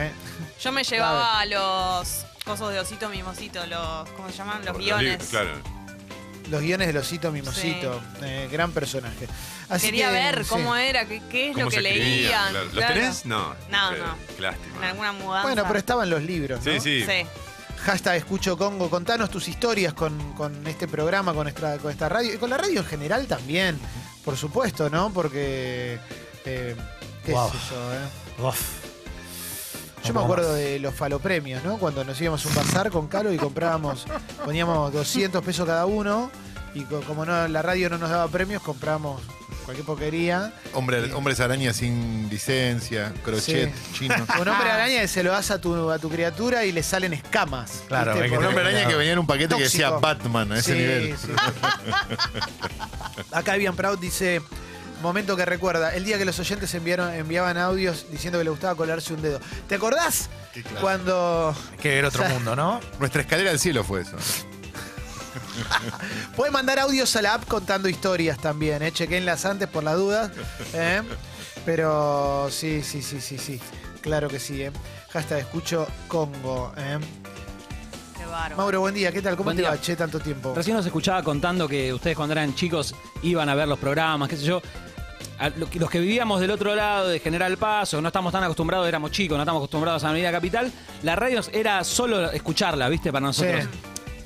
Yo me llevaba a los cosos de osito mimosito, los. ¿Cómo se llaman? Los guiones. libros, Claro. Los guiones de Losito Mimosito, eh, gran personaje. Así Quería que, ver sí. cómo era, qué, qué es ¿Cómo lo que se escribían, leían. claro. ¿Los claro. tenés? No. No, Qué no. Lástima. En alguna mudanza. Bueno, pero estaban los libros, ¿no? Sí, sí. Sí. Hashtag Escucho Congo, contanos tus historias con, con este programa, con esta, con esta radio, y con la radio en general también, por supuesto, ¿no? Porque, eh, qué Wow. sé yo, ¿eh? Uf. Yo No me puedo acuerdo más. de los falopremios, ¿no? Cuando nos íbamos a un bazar con Calo y comprábamos, poníamos 200 pesos cada uno, y co- como no, la radio no nos daba premios, comprábamos cualquier porquería. Hombre- hombres araña sin licencia, crochet, chino. Un hombre araña que se lo das a tu, a tu criatura y le salen escamas. Claro, ¿viste? hay que Por- Un hombre araña que venía en un paquete que Tóxico. decía Batman a ese Sí, nivel. sí. Acá Ian Proud dice, momento que recuerda, el día que los oyentes enviaron, enviaban audios diciendo que le gustaba colarse un dedo. ¿Te acordás? Qué clase. Cuando... Que era otro mundo, ¿no? Nuestra escalera al cielo fue eso. Pueden mandar audios a la app contando historias también, ¿eh? Chequenlas antes por las dudas. ¿eh? Pero sí, sí, sí, sí, sí. Claro que sí, ¿eh? Hashtag escucho Congo. ¿eh? Qué bárbaro. Mauro, buen día. ¿Qué tal? ¿Cómo Buen te día. va, che, tanto tiempo? Recién nos escuchaba contando que ustedes cuando eran chicos iban a ver los programas, qué sé yo. A lo que- Los que vivíamos del otro lado de General Paso, no estamos tan acostumbrados, éramos chicos, no estamos acostumbrados a venir a Capital. La radio era solo escucharla, ¿viste? Para nosotros. Sí.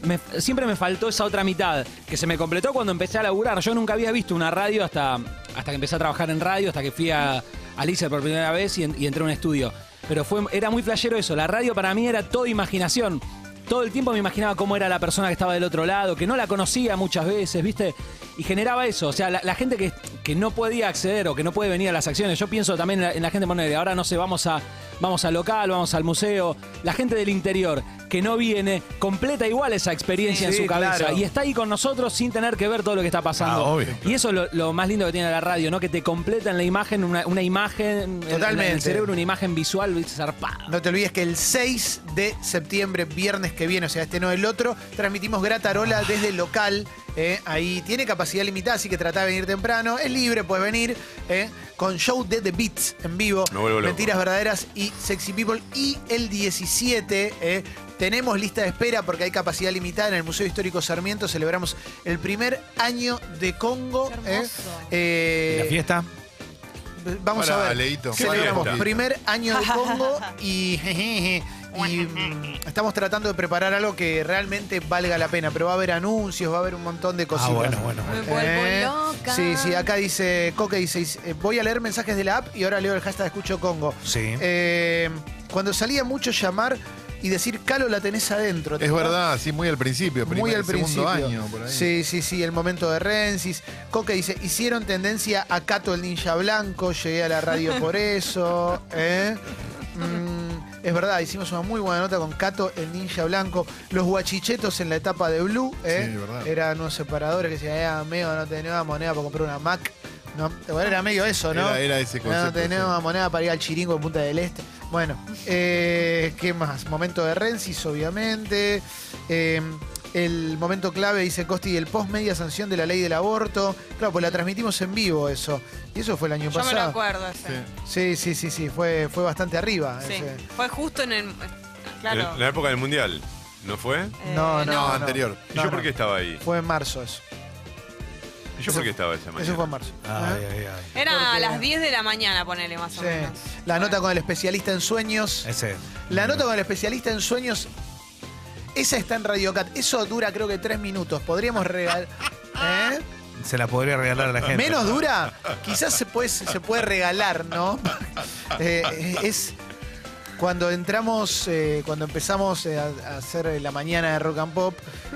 Me- siempre me faltó esa otra mitad, que se me completó cuando empecé a laburar. Yo nunca había visto una radio hasta, hasta que empecé a trabajar en radio, hasta que fui a Alicia por primera vez y, en- y entré a un estudio. Pero fue, era muy flashero eso. La radio para mí era toda imaginación. Todo el tiempo me imaginaba cómo era la persona que estaba del otro lado, que no la conocía muchas veces, ¿viste? Y generaba eso. O sea, la, la gente que, que no podía acceder o que no puede venir a las acciones. Yo pienso también en la, en la gente, bueno, ahora no sé, vamos a vamos al local, vamos al museo. La gente del interior que no viene completa igual esa experiencia Sí, en su cabeza claro. y está ahí con nosotros sin tener que ver todo lo que está pasando. Ah, obvio, Y eso es lo, lo más lindo que tiene la radio, ¿no? Que te completa en la imagen, una, una imagen, en- Totalmente. en el cerebro, una imagen visual ¿viste? zarpada. No te olvides que el 6 de septiembre, viernes que viene, o sea, este no el otro, transmitimos Gratarola desde el local. eh, ahí tiene capacidad limitada, así que tratá de venir temprano. Es libre, puedes venir. eh, con show de The Beats en vivo. Me vuelvo loco. Mentiras verdaderas y Sexy People. Y el 17 eh, tenemos lista de espera porque hay capacidad limitada. En el Museo Histórico Sarmiento celebramos el primer año de Congo. Qué eh. hermoso. Eh, ¿La fiesta? Ah, Vamos Pará, a ver. Leito, ¿Qué pará un celebramos? poquito. Primer año de Congo y, y, mm, estamos tratando de preparar algo que realmente valga la pena, pero va a haber anuncios, va a haber un montón de cositas. Eh, Ah, bueno, bueno. Me bueno. vuelvo loca. Sí, sí, acá dice Coque, dice, eh, voy a leer mensajes de la app y ahora leo el hashtag Escucho Congo. Sí. Eh, cuando salía mucho llamar y decir, Calo, la tenés adentro. ¿te Es acordás? verdad, sí, muy al principio. Muy primer- al segundo principio. año, por ahí. Sí, sí, sí, el momento de Rensis. Coque dice, hicieron tendencia a Cato el Ninja Blanco, llegué a la radio por eso. ¿eh? Mm, es verdad, hicimos una muy buena nota con Cato el Ninja Blanco. Los guachichetos en la etapa de Blue, ¿eh? Sí, verdad. eran unos separadores que decían, eh, amigo, no tenemos moneda para comprar una Mac. No, bueno, era medio eso, ¿no? Era- era ese No, concepto, tenemos sí. moneda para ir al chiringo en Punta del Este. Bueno, eh, ¿qué más? Momento de Rensis, obviamente. Eh, el momento clave, dice Costi, el post media sanción de la ley del aborto. Claro, pues la transmitimos en vivo eso. Y eso fue el año Yo me lo pasado. acuerdo. ese. Sí. sí, sí, sí, sí. Fue, fue bastante arriba. Sí. ese. Fue justo en el. En Claro. Eh, la- en la época del Mundial, ¿no fue? Eh, No, No, no. anterior. ¿Y No, yo no. por qué estaba ahí? Fue en marzo eso. ¿Y yo por qué estaba esa Eso mañana? fue en marzo. Ay, Ajá. ay, ay. Era Porque- a las 10 de la mañana, ponele más o menos. Sí. La nota con el especialista en sueños. Ese. La nota con el especialista en sueños, esa está en Radio Cat. Eso dura creo que tres minutos. Podríamos regalar. ¿Eh? Se la podría regalar a la gente. ¿Menos dura? Quizás se puede, se puede regalar, ¿no? Eh, eh, es cuando entramos, eh, cuando empezamos eh, a, a hacer eh, la mañana de Rock and Pop,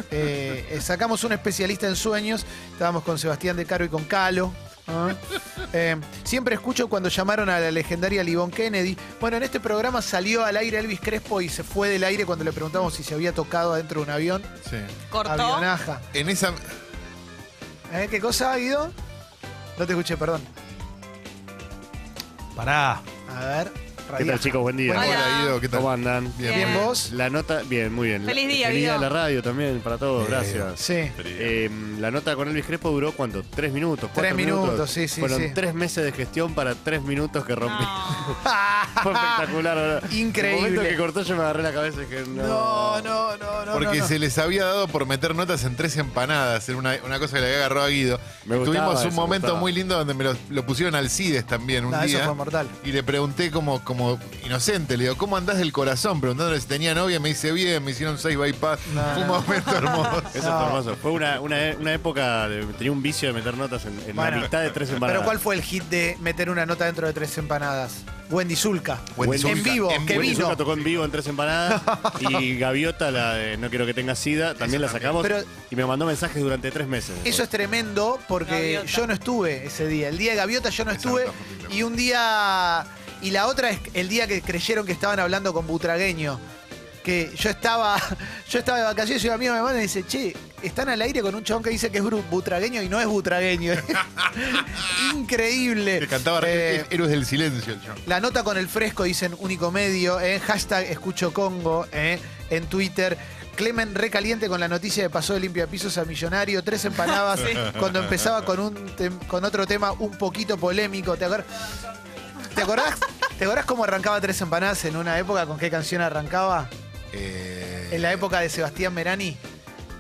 eh, eh, sacamos un especialista en sueños. Estábamos con Sebastián De Caro y con Calo. ¿ah? Eh, siempre escucho cuando llamaron a la legendaria Livon Kennedy. Bueno, en este programa salió al aire Elvis Crespo y se fue del aire cuando le preguntamos si se había tocado adentro de un avión. Sí. Cortó. Avionaja. En esa. ¿Eh? ¿Qué cosa, Guido? No te escuché, perdón. Pará. A ver, ¿Qué radiaja. tal, chicos? Buen día. Hola. Hola, Guido, ¿qué tal? ¿Cómo andan? Bien. Bien, Bien. vos. La nota, bien, muy bien. Feliz La- día, Feliz día de Guido. la radio también, para todos, Sí. gracias. Sí. Eh, la nota con Elvis Crespo duró cuánto? ¿Tres minutos? Tres ¿Cuatro minutos, sí, sí, Fueron sí. tres meses de gestión para tres minutos que rompí. No. Fue espectacular, ¿verdad? Increíble. El momento que cortó yo me agarré la cabeza y dije, no. No, no, no, no. Porque no, no. se les había dado por meter notas en tres empanadas, en una, una cosa que le había agarrado a Guido. Me Y gustaba tuvimos un eso, momento gustaba. muy lindo donde me lo, lo pusieron al CIDES también un No, Ah, eso día. fue mortal. Y le pregunté como, como inocente, le digo, ¿cómo andás del corazón? Preguntándole si tenía novia, me dice bien, me hicieron seis bypass. No, fue un no. momento hermoso. Eso No. fue hermoso. Fue una, una, una época, de- tenía un vicio de meter notas en, en Bueno. la mitad de tres empanadas. Pero ¿cuál fue el hit de meter una nota dentro de tres empanadas? Wendy Zulka. Wendy en Zulka, vivo, en que vivo. vino. Nunca tocó en vivo en tres empanadas. y Gaviota, la de No quiero que tenga sida, también la sacamos. Pero- y me mandó mensajes durante tres meses. Eso es tremendo porque Gaviota. yo no estuve ese día. El día de Gaviota yo no Esa estuve. nota fue muy Y un día. Y la otra es el día que creyeron que estaban hablando con Butragueño. Que yo estaba. Yo estaba de vacaciones y un amigo me manda y dice, che, están al aire con un chabón que dice que es bru- butragueño y no es butragueño. ¿eh?". Increíble. Que cantaba Eh, Héroes del Silencio el show. La nota con el fresco, dicen Único Medio, eh, hashtag Escucho Congo, eh, en Twitter. Clemen recaliente con la noticia de pasó de limpiapisos a millonario, tres empanadas, cuando empezaba con, un tem- con otro tema un poquito polémico. ¿Te, acor- ¿Te acordás? ¿Te acordás cómo arrancaba Tres Empanadas en una época? ¿Con qué canción arrancaba? Eh, En la época de Sebastián Merani,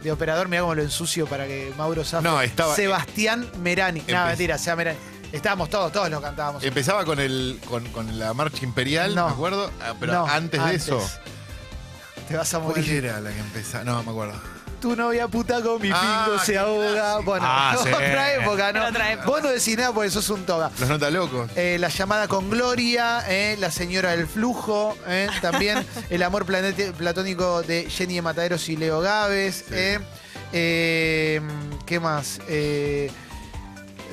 de operador, mirá cómo lo ensucio para que Mauro Zafa. No, estaba- Sebastián Merani. No, Empe- mentira, sea Merani. Estábamos todos, todos lo cantábamos. Empezaba con el con, con la marcha imperial, No. me acuerdo. Ah, pero No, antes, de eso. Te vas a ¿Cuál morir. era la que empezaba? No, me acuerdo. Tu novia puta con mi Ah, pingo se qué ahoga. clásico. Bueno, Ah, sí. otra época, ¿no? Era otra época. Vos no decís nada porque sos un toga. Los nota locos. Eh, la llamada con Gloria, eh, la señora del flujo, eh, también el amor planete- platónico de Jenny de Mataderos y Leo Gávez. em, eh, eh, ¿Qué más? Eh,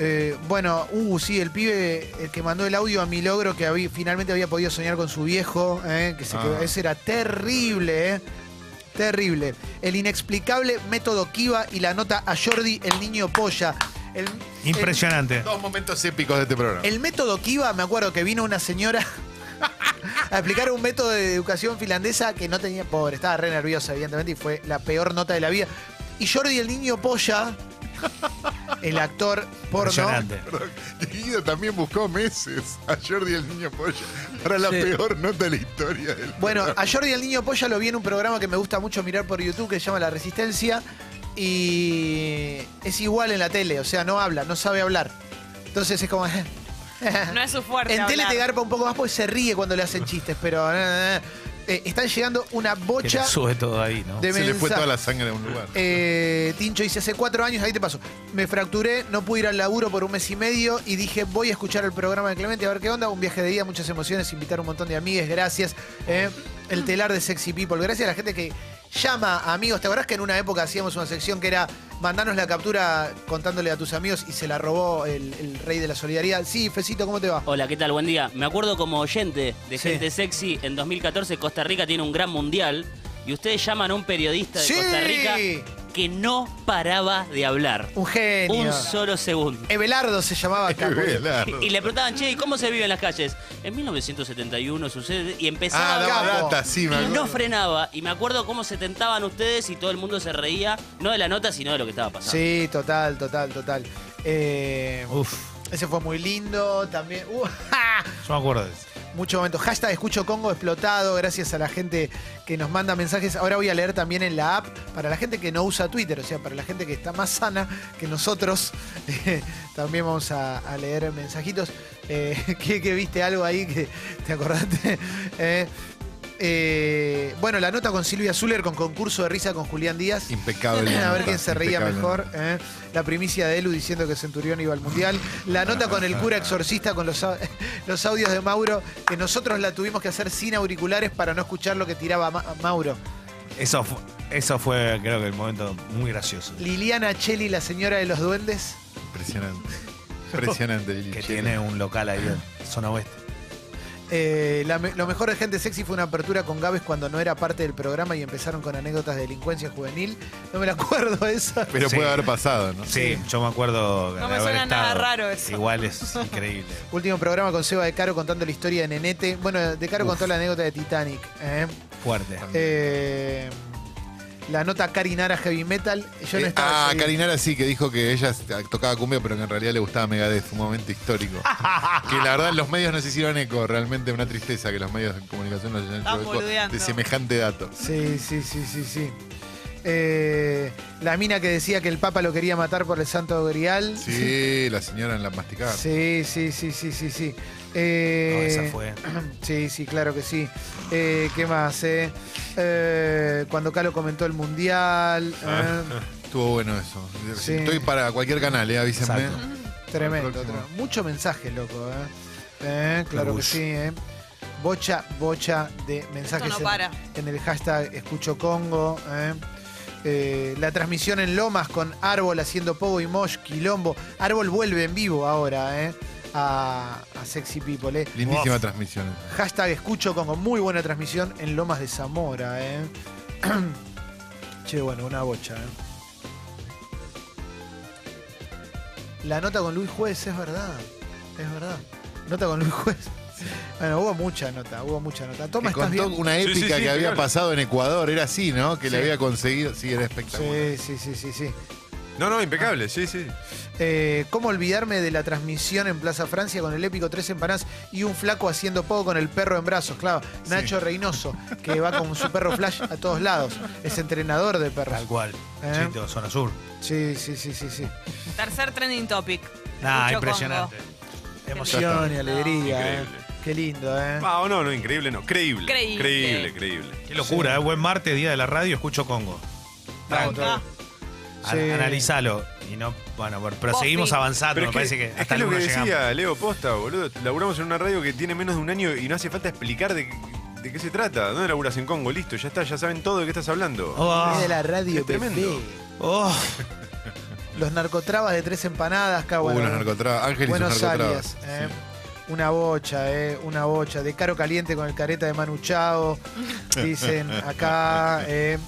Eh, bueno, uh, sí, el pibe el que mandó el audio a mi logro que habí- finalmente había podido soñar con su viejo, eh, que se Ah. quedó- ese era terrible, eh, terrible. El inexplicable método Kiva y la nota a Jordi, el niño polla. El- el- Eh, Impresionante. Dos momentos épicos de este programa. el método Kiva, me acuerdo que vino una señora a explicar un método de educación finlandesa que no tenía, pobre, estaba re nerviosa, evidentemente, y fue la peor nota de la vida. Y Jordi, el niño polla, el actor porno, Impresionante. Guido también buscó meses a Jordi el Niño Polla para la Sí. peor nota de la historia. Del... Bueno, a Jordi el Niño Polla lo vi en un programa que me gusta mucho mirar por YouTube que se llama La Resistencia y es igual en la tele, o sea, no habla, no sabe hablar. Entonces es como... No es su fuerte. en tele hablar. te garpa un poco más porque se ríe cuando le hacen chistes, pero... eh, eh, están llegando una Que bocha le sube todo ahí, ¿no? de Se le fue mensajes. toda la sangre a un lugar. Eh, Tincho dice, hace cuatro años, ahí te paso. Me fracturé, no pude ir al laburo por un mes y medio y dije, voy a escuchar el programa de Clemente, a ver qué onda. Un viaje de día, muchas emociones, invitar un montón de amigues, gracias. Eh, el telar de Sexy People, gracias a la gente que llama a amigos. ¿Te acordás que en una época hacíamos una sección que era mandanos la captura contándole a tus amigos y se la robó el, el rey de la solidaridad? Sí, Fecito, ¿cómo te va? Hola, ¿qué tal? Buen día. Me acuerdo como oyente de Gente Sexy, en 2014 Costa Rica tiene un gran mundial y ustedes llaman a un periodista de Sí. Costa Rica que no paraba de hablar. Un genio. Un solo segundo. Ebelardo se llamaba acá. Eh, Claro. Y le preguntaban, che, ¿y cómo se vive en las calles? En 1971 sucede y empezaba Ah, a daba hablar Capo. data, sí, me y acuerdo. no frenaba. Y me acuerdo cómo se tentaban ustedes y todo el mundo se reía, no de la nota, sino de lo que estaba pasando. Sí, total, total, total. Eh, Uf, Ese fue muy lindo también. Uh, ja, yo me acuerdo de eso. Mucho momento. Hashtag escucho Congo explotado. Gracias a la gente que nos manda mensajes. Ahora voy a leer también en la app para la gente que no usa Twitter, o sea, para la gente que está más sana que nosotros. eh, también vamos a, a leer mensajitos. Eh, que, que viste algo ahí que te acordaste. Eh, eh, bueno, la nota con Silvia Zuller con concurso de risa con Julián Díaz. Impecable. A ver nota, quién se reía impecable mejor. nota. ¿eh? La primicia de Elu diciendo que Centurión iba al Mundial. La nota con el cura exorcista con los, au- los audios de Mauro, que nosotros la tuvimos que hacer sin auriculares para no escuchar lo que tiraba Ma- Mauro. Eso fue, eso fue, creo que, el momento muy gracioso. Liliana Cheli, la señora de los duendes. Impresionante. Impresionante, Lili. Que Che. tiene un local ahí en zona oeste. Eh, la me- lo mejor de Gente Sexy fue una apertura con Gabes cuando no era parte del programa y empezaron con anécdotas de delincuencia juvenil. No me la acuerdo esa. Pero Sí. puede haber pasado, ¿no? Eh, Sí, yo me acuerdo de No me haber suena nada estado. raro eso. Igual es increíble. Último programa con Seba de Caro contando la historia de Nenete. Bueno, de Caro contó la anécdota de Titanic. ¿eh? Fuerte. Eh, la nota Karinara Heavy Metal. Yo no Eh, estaba. ah, yo- Karinara sí, que dijo que ella tocaba cumbia, pero que en realidad le gustaba Megadeth, un momento histórico. que la verdad los medios no se hicieron eco, realmente una tristeza que los medios de comunicación no se hayan Están hecho eco de boludeando. semejante dato. Sí, sí, sí, sí, sí. Eh, la mina que decía que el Papa lo quería matar por el Santo Grial. Sí, la señora en la masticada. Sí, sí, sí, sí, sí, sí. No, Eh, esa fue. Sí, sí, claro que sí. Eh, ¿Qué más? eh? Eh, cuando Calo comentó el Mundial. Ah. eh, Estuvo bueno eso. Sí. Estoy para cualquier canal, eh, avísenme. Exacto. Tremendo, Para el próximo. tremendo. Mucho mensaje, loco, ¿eh? Eh, Claro que Orgullo. sí, ¿eh? Bocha, bocha de mensajes no en- para. En, el hashtag Escucho Congo, ¿eh? Eh, la transmisión en Lomas con Árbol haciendo Pogo y Mosh, Quilombo. Árbol vuelve en vivo ahora, ¿eh? A, a Sexy People, ¿eh? Lindísima transmisión. Hashtag Escucho Congo. Muy buena transmisión en Lomas de Zamora, ¿eh? che, bueno, una bocha, ¿eh? La nota con Luis Juez, es verdad. Es verdad. Nota con Luis Juez. Bueno, hubo mucha nota, hubo mucha nota. Toma, Me ¿estás contó bien? una Sí, sí, épica sí, que había claro. pasado en Ecuador, era así, ¿no? Que le había conseguido. Sí, era espectacular. Sí, sí, sí, sí, sí. No, no, impecable, sí, sí. Eh, ¿Cómo olvidarme de la transmisión en Plaza Francia con el épico Tres Empanadas y un flaco haciendo poco con el perro en brazos? Claro, Nacho Reynoso, que va con su perro Flash a todos lados. Es entrenador de perros. Tal cual. Eh. Chito, zona sur. Sí, sí, sí, sí, sí. Tercer trending topic. Nah, Mucho impresionante. Emoción. Emoción y alegría. Increíble. eh. Qué lindo, ¿eh? Ah, o no, no, increíble, no. Creíble. Creíble. Creíble, creíble. Qué locura, eh. Buen martes, día de la radio, escucho Congo. Congo. Acá. An- Sí. Analizalo. Y no, bueno, pero, pero Vos seguimos sí. avanzando. Pero Ah, me es que, parece que es que hasta es el lo que uno decía llegamos. Leo Posta, boludo. Laburamos en una radio que tiene menos de un año y no hace falta explicar de, de qué se trata. ¿Dónde laburas en Congo? Listo, ya está, ya saben todo de qué estás hablando. Oh, Es de la radio Qué tremendo. bebé. oh. Los narcotrabas de tres empanadas, Uh, acá, Hubo bueno, unos narcotrabas. Ángel y sus Buenos Aires. narcotrabas. eh. Una bocha, eh, una bocha. De Caro Caliente con el careta de Manu Chao. Dicen acá. eh.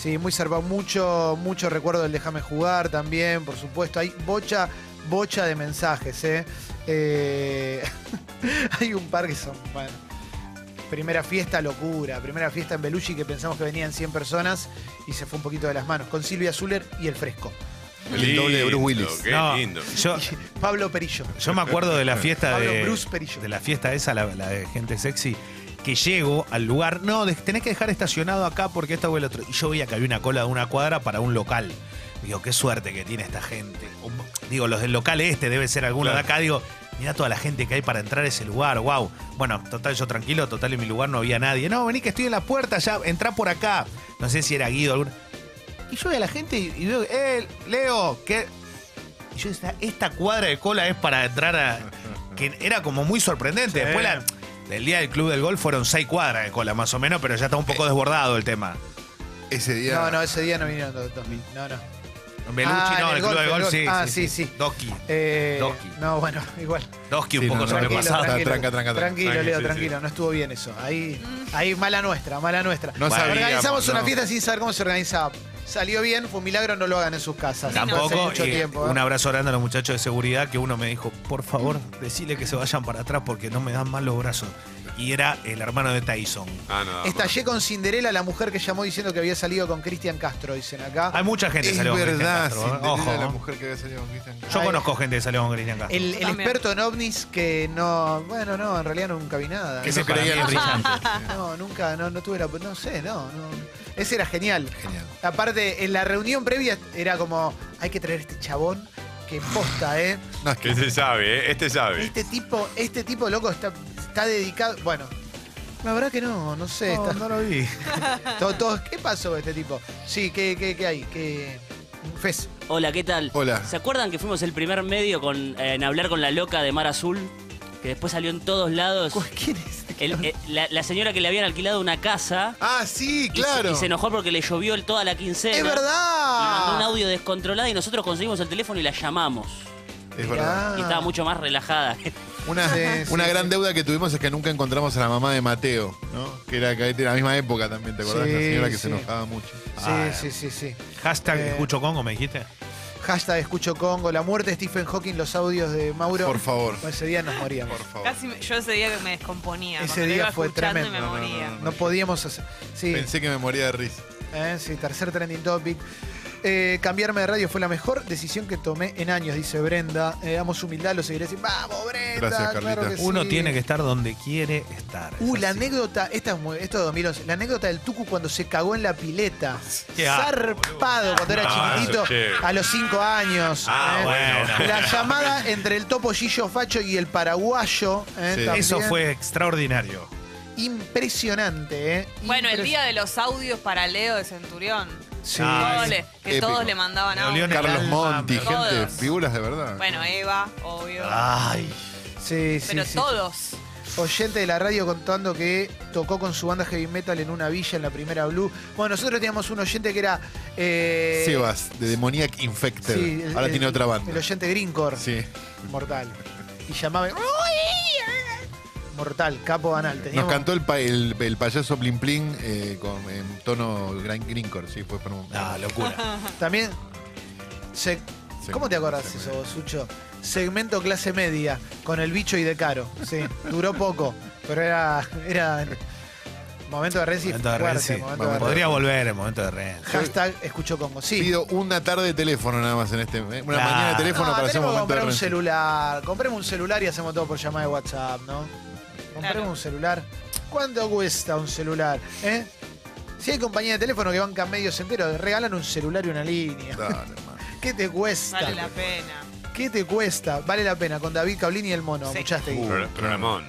Sí, muy zarpado. Mucho, mucho recuerdo del Déjame Jugar también, por supuesto. Hay bocha, bocha de mensajes, eh. Eh, hay un par que son, bueno. Primera fiesta, locura. Primera fiesta en Belushi que pensamos que venían 100 personas y se fue un poquito de las manos. Con Silvia Zuller y el fresco. El doble de Bruce Willis. Qué No, lindo. Yo, Pablo Perillo. yo me acuerdo de la fiesta Pablo de, Bruce Perillo. de la fiesta esa, la, la de gente sexy, que llego al lugar, no, de- tenés que dejar estacionado acá porque esta o el otro. Y yo veía que había una cola de una cuadra para un local. Digo, qué suerte que tiene esta gente. O- Digo, los del local este debe ser alguno de Claro. acá. Digo, mirá toda la gente que hay para entrar a ese lugar, wow. Bueno, total, yo tranquilo, total en mi lugar no había nadie. No, vení que estoy en la puerta, ya, entrá por acá. No sé si era Guido alguno. Y yo veo a la gente y y veo, eh, Leo, que. Y yo decía, esta cuadra de cola es para entrar a. Que era como muy sorprendente. Después la- del día del club del golf fueron seis cuadras de cola, más o menos, pero ya está un poco Eh. desbordado el tema. Ah, Ese día. No, no, ese día no vinieron dos- dos mil. No, no. Belucci, Ah, en no, el el, club golf, del golf, el sí, golf. Ah, sí, sí. Doki. Eh, Doki. no, bueno, igual. Doki un Sí, poco no, no, sobrepasado. tranquilo. Tranca, tranca, tranca. Tranquilo, Tranqui, Leo, sí, tranquilo. No estuvo bien eso. Ahí, ahí mala nuestra, mala nuestra. No sabíamos, organizamos una no. fiesta sin saber cómo se organizaba. Salió bien, fue un milagro, no lo hagan en sus casas. Hace Tampoco, mucho y tiempo, ¿eh? un abrazo grande a los muchachos de seguridad que uno me dijo, por favor, decile que se vayan para atrás porque no me dan mal los brazos. Y era el hermano de Tyson. Ah, no. Estallé con Cinderela, la mujer que llamó diciendo que había salido con Cristian Castro, dicen acá. Hay mucha gente que Es salió con Cristian verdad, Castro, ¿eh? Cinderella, Ojo. la ¿eh? mujer que había salido con Cristian Castro. Yo conozco gente que salió con Cristian Castro. El, el También. experto en ovnis que no. Bueno, no, en realidad nunca vi nada. Que no se creía creía en los brillante. No, nunca, no, no tuve la. No sé, no, no. Ese era genial. Genial. Aparte, en la reunión previa era como, hay que traer este chabón que posta, ¿eh? No, es Que que este sabe, ¿eh? Este sabe. Este tipo, este tipo loco está, está dedicado. Bueno, la verdad que no, no sé. No, está- no lo vi. todo- todo- ¿Qué pasó con este tipo? Sí, ¿qué, qué, qué hay? ¿Qué... Fez. Hola, ¿qué tal? Hola. ¿Se acuerdan que fuimos el primer medio con, eh, en hablar con la loca de Mar Azul? Que después salió en todos lados. ¿Cu- ¿Quién es? El- eh, la, la señora que le habían alquilado una casa. Ah, sí, y se- claro. Y se enojó porque le llovió el- toda la quincena. ¡Es Ah, Y mandó un verdad! audio descontrolado y nosotros conseguimos el teléfono y la llamamos. Es Ah, verdad. Y estaba mucho más relajada. Una, Sí, una sí, gran sí. deuda que tuvimos es que nunca encontramos a la mamá de Mateo, ¿no? Que era de la misma época también, ¿te acordás? la Sí, señora que sí. se enojaba mucho. Ah. Sí, sí, sí, sí. Hashtag Eh. escucho Congo, me dijiste. Hashtag escucho Congo, la muerte de Stephen Hawking, los audios de Mauro. Por favor. Ese día nos moríamos. Por favor. Casi me- yo ese día que me descomponía. Ese cuando lo día iba fue escuchando y me tremendo. No, no, moría. no, No podíamos hacer. Sí, Pensé que me moría de risa. eh, sí, tercer trending topic. Eh, cambiarme de radio fue la mejor decisión que tomé en años, dice Brenda. Eh, amo su humildad, lo seguiré diciendo. ¡Vamos, Brenda! Gracias, Carlita. claro que sí. Uno tiene que estar donde quiere estar. Uh, Es la así. anécdota, esta es muy, esto de 2011, la anécdota del Tucu cuando se cagó en la pileta. Qué asco, Zarpado cuando era Ah, eso chiquitito, es chévere. a los 5 años. ¿eh? Ah, bueno. La llamada entre el topo Gillo Facho y el paraguayo. eh, Sí. también. Eso fue extraordinario. impresionante. eh. Bueno, el Impres- día de los audios para Leo de Centurión. Sí. Ah, Todos es le- que épico. todos le mandaban Me audios. dolió en el Carlos alma, Monti, ah, me- gente, Todos. figuras de verdad. Bueno, Eva, obvio. Ay. Sí, sí, pero sí. todos. Oyente de la radio contando que tocó con su banda heavy metal en una villa en la primera Blue. Bueno, nosotros teníamos un oyente que era. eh, Sebas, de Demoniac Infected. sí, el- Ahora el- tiene otra banda. El oyente Greencore. Sí. Mortal. Y llamaba. eh". Mortal, capo banal. Nos Teníamos- cantó el, pa- el, el payaso Plin Plin eh, con, en tono gran Greencore, sí, fue por un... Ah, locura. También. se- Se- ¿Cómo te acordás se- eso, vos, Sucho? Segmento clase media, con el bicho y de caro. Sí, duró poco, pero era. era momento de Renzi. Momento de fuerte, Renzi. momento de Vamos, Renzi. Podría volver el momento de Ren. Hashtag escucho Congo. Sí. Pido una tarde de teléfono nada más en este... Una Claro. mañana de No, teléfono para hacer un tenemos que momento de comprar un renfe. celular. Compremos un celular y hacemos todo por llamada de WhatsApp, ¿no? Compremos Claro. un celular. ¿Cuánto cuesta un celular? ¿Eh? Si hay compañía de teléfono que bancan medios enteros, regalan un celular y una línea. Dale, hermano. ¿Qué te cuesta? Vale la pena. ¿Qué te cuesta? Vale la pena. Con David Cablini y el mono. Sí. Muchaste. Uh, Pro- Programón.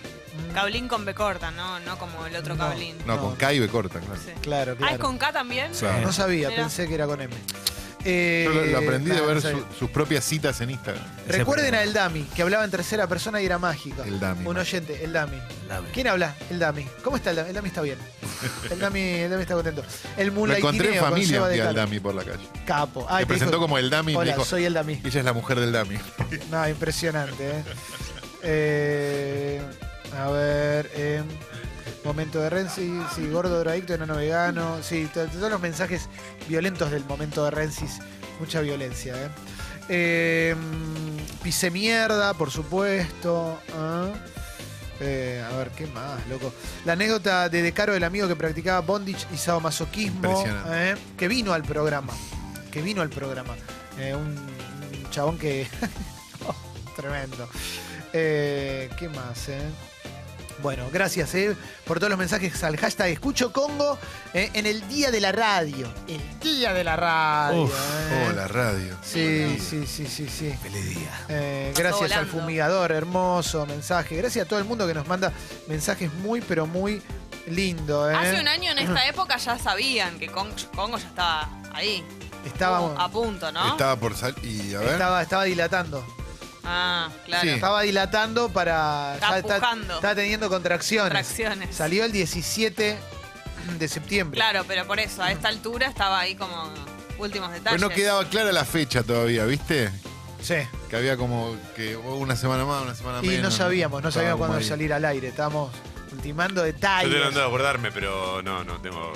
Cablín con B corta, ¿no? No como el otro No. Cablín. No, No. con Caibe corta, claro. Sí. Claro, Ah, claro. ¿es con K también? Claro. No sabía, Mirá. pensé que era con M. Eh, Eh. Yo lo, lo aprendí de nada, ver no sabía. su- sus propias citas en Instagram. Recuerden a El Dami, que hablaba en tercera persona y era mágico. El Dami. Un oyente, El Dami. ¿Quién habla? El Dami. ¿Cómo está el Dami? El Dami está bien. El Dami, el Dami está contento. El Lo encontré en Moonlightineo con familia Seba un de día al Car- Dami por la calle. Capo. Me Ay, te presentó dijo- como el Dami y me Hola, dijo, soy el Dami. ella es la mujer del Dami. No, impresionante. ¿eh? Eh, a ver. eh, momento de Rensis. Sí, gordo, drogadicto, enano vegano. Sí, to- todos los mensajes violentos del momento de Rensis. Mucha violencia. ¿eh? Eh, pise mierda, por supuesto. ¿ah? Eh, a ver, ¿qué más, loco? La anécdota de Decaro, el amigo que practicaba bondage y sadomasoquismo, Impresionante. ¿eh? que vino al programa. Que vino al programa. Eh, un, un chabón que. Oh, tremendo. Eh, ¿Qué más, eh? Bueno, gracias eh, por todos los mensajes al hashtag Escucho Congo eh, en el día de la radio. El día de la radio. Uf, eh. oh, la radio. Sí, sí, sí, sí, sí. Feliz día. Eh, gracias al volando. fumigador, hermoso mensaje. Gracias a todo el mundo que nos manda mensajes muy, pero muy lindo. ¿eh? Hace un año en esta época ya sabían que Con- Congo ya estaba ahí. Estábamos- A punto, ¿no? Estaba por sal y a ver. estaba, estaba dilatando. Ah, claro. Sí. Estaba dilatando para. Está ya pujando. está teniendo contracciones. Contracciones. Salió el 17 de septiembre. Claro, pero por eso, a esta altura estaba ahí como últimos Pero Pues detalles. no quedaba clara la fecha todavía, ¿viste? Sí. Que había como que una semana más, una semana Y menos. no sabíamos, no Estaba sabíamos como cuándo ahí. salir al aire. Estábamos ultimando Yo detalles. te lo a acordarme, pero no, no tengo.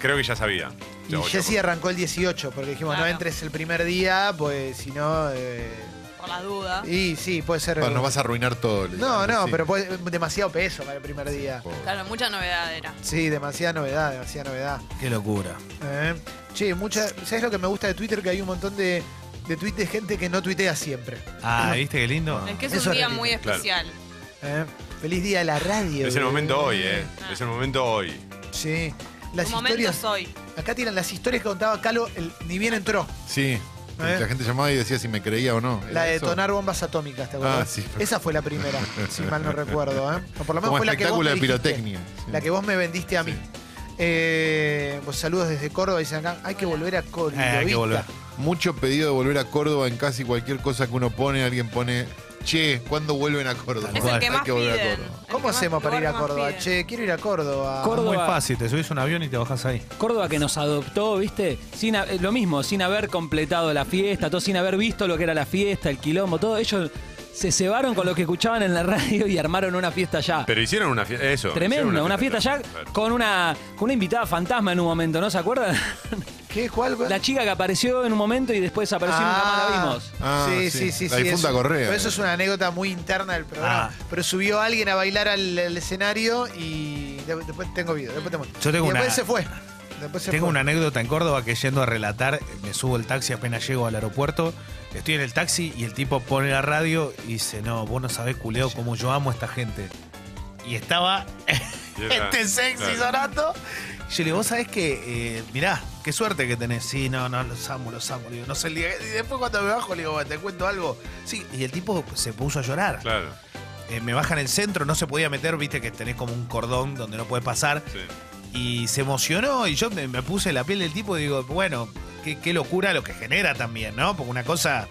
Creo que ya sabía. Y Jessy arrancó el 18, porque dijimos, no Claro. entres el primer día, pues si no. eh, Por las dudas. Y sí, puede ser. Pa, nos vas a arruinar todo. No, le dijimos, no, sí. pero puede- demasiado peso para el primer día. Pobre. Claro, mucha novedad era. Sí, demasiada novedad, demasiada novedad. Qué locura. ¿eh? Che, mucha, ¿sabes lo que me gusta de Twitter? Que hay un montón de, de tweets de gente que no tuitea siempre. Ah, ¿viste qué lindo? Es que es Eso un es día realista, muy especial. ¿eh? Feliz día de la radio. Es el boludo. momento hoy, ¿eh? Ah. Es el momento hoy. Sí. Las Un momento historias. soy. Acá tiran las historias que contaba Calo, el- ni bien entró. Sí. ¿Eh? La gente llamaba y decía si me creía o no. ¿Era La de eso? detonar bombas atómicas, ¿te acuerdas? Ah, sí. Esa fue la primera, si mal no recuerdo. ¿eh? O por lo menos Como fue la que vos me espectáculo de dijiste. pirotecnia. sí. La que vos me vendiste a mí. Eh, pues saludos desde Córdoba, dicen acá, hay que volver a Córdoba. Eh, hay que volver. Mucho pedido de volver a Córdoba en casi cualquier cosa que uno pone. Alguien pone, che, ¿cuándo vuelven a Córdoba? Es cual, el que Hay más que volver a piden. Córdoba. El que ¿Cómo más- hacemos para lugar ir a que más Córdoba? piden. Che, quiero ir a Córdoba. Cor- Córdoba. Ah, Muy fácil, te subís a un avión y te bajás ahí. Córdoba que nos adoptó, ¿viste? Sin, ha- eh, lo mismo, sin haber completado la fiesta, todo sin haber visto lo que era la fiesta, el quilombo, todo. Ellos se cebaron con lo que escuchaban en la radio y armaron una fiesta allá. Pero hicieron una fiesta. Eso. Tremenda, hicieron una, fiesta allá claro. con una con una invitada fantasma en un momento, ¿no se acuerdan? ¿Qué? ¿Cuál? La chica que apareció en un momento y después desapareció y nunca más la vimos. Ah, sí, sí. sí, sí. La sí, difunta eso- Correa. Pero eso es una anécdota muy interna del programa. Ah. Pero subió alguien a bailar al, al escenario y de- después tengo video. Después te muestro. Yo tengo y después una- se fue. Después se Tengo fue. una anécdota en Córdoba que yendo a relatar, me subo el taxi apenas llego al aeropuerto, estoy en el taxi y el tipo pone la radio y dice, no, vos no sabés, culeo, cómo yo amo a esta gente. Y estaba Y era- este sexy claro. sonando. Yo le digo, vos sabés que, eh, mirá, qué suerte que tenés. Sí, no, no, los amo, los amo. Le digo, no sé, el día- y después cuando me bajo le digo, te cuento algo. Sí, y el tipo se puso a llorar. Claro, Eh, me baja en el centro, no se podía meter, viste que tenés como un cordón donde no puedes pasar sí. y se emocionó y yo me, me puse la piel del tipo y digo, bueno, qué, qué locura lo que genera también, ¿no? Porque una cosa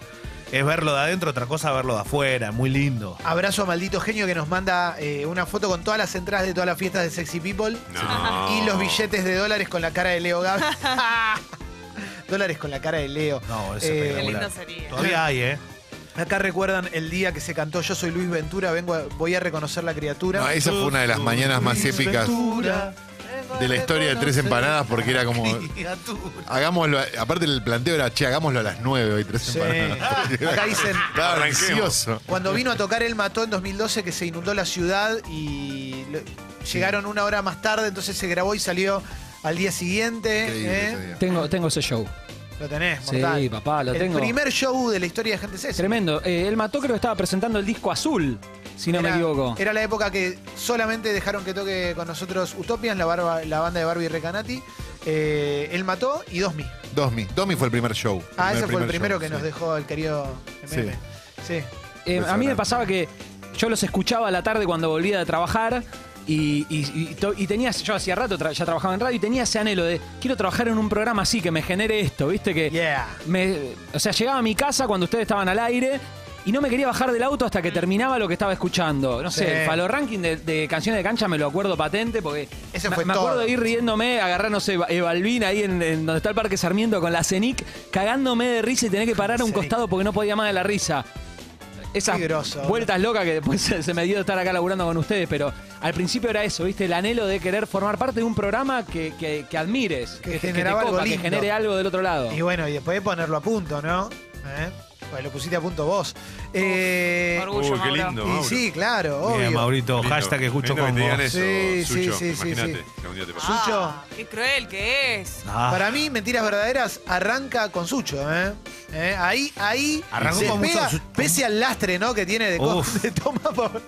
es verlo de adentro, otra cosa verlo de afuera, muy lindo. Abrazo a maldito genio que nos manda eh, una foto con todas las entradas de todas las fiestas de Sexy People. No. Y los billetes de dólares con la cara de Leo Gaby. dólares con la cara de Leo. No, es Eh, Qué lindo espectacular. sería. Todavía hay, ¿eh? Acá recuerdan el día que se cantó Yo soy Luis Ventura, vengo a- voy a reconocer la criatura. No, esa fue una de las mañanas más épicas de la historia de Tres Empanadas porque era como... Criatura. Hagámoslo, a- aparte el planteo era, che, hagámoslo a las 9 hoy, Tres Sí. Ah, Empanadas. Acá dicen, Estaba Arranquemos. ansioso. cuando vino a tocar él mató en 2012 que se inundó la ciudad y lo- llegaron una hora más tarde, entonces se grabó y salió al día siguiente. Increíble ¿eh? ese día. Tengo, tengo ese show. Lo tenés, Sí, mortal. papá, lo el tengo. primer show de la historia de Gente Sexy. Tremendo. Eh, él mató, creo que estaba presentando el disco azul, si no me equivoco. Era la época que solamente dejaron que toque con nosotros Utopian, la, barba- la banda de Barbie Recanati. Eh, él mató y Dosmi. Domi. Domi fue el primer show. Ah, ese fue el primero show, que sí. nos dejó el querido MM. Sí. Eh, a mí me pasaba que yo los escuchaba a la tarde cuando volvía de trabajar Y, y- y to- y tenía, yo hacía rato tra- ya trabajaba en radio y tenía ese anhelo de quiero trabajar en un programa así que me genere esto, ¿viste? Que Yeah. me- o sea, llegaba a mi casa cuando ustedes estaban al aire y no me quería bajar del auto hasta que terminaba lo que estaba escuchando. No sé, Sí. el falo ranking de, de canciones de cancha me lo acuerdo patente porque Ese me, fue me todo. acuerdo de ir riéndome, agarrar, no sé, Eva- eh, Balvin ahí en, en donde está el Parque Sarmiento con la CENIC, cagándome de risa y tener que parar a un CENIC. costado porque no podía más de la risa. Esas Qué groso. vueltas locas que después se, se me dio estar acá laburando con ustedes, pero al principio era eso, ¿viste? El anhelo de querer formar parte de un programa que, que- que admires, Que te- te generaba algo copa, que lindo. genere algo del otro lado. Y bueno, y después de ponerlo a punto, ¿no? ¿Eh? Pues lo pusiste a punto vos. Eh, Orgullo, Uy, qué Mauro. lindo, y Mauro. sí, claro, obvio. Bien, Maurito, Lindo. hashtag escucho Lindo que con te digan eso, Sí, sí, Sucho. sí, sí, Imagínate sí. que un día te pasa. Ah, Sucho. qué cruel que es. Ah, Para mí, Mentiras Verdaderas arranca con Sucho, ¿eh? ¿Eh? Ahí, ahí Arrancó se con pega, mucho Su- pese al lastre, ¿no? Que tiene de, co- Uf. de toma por-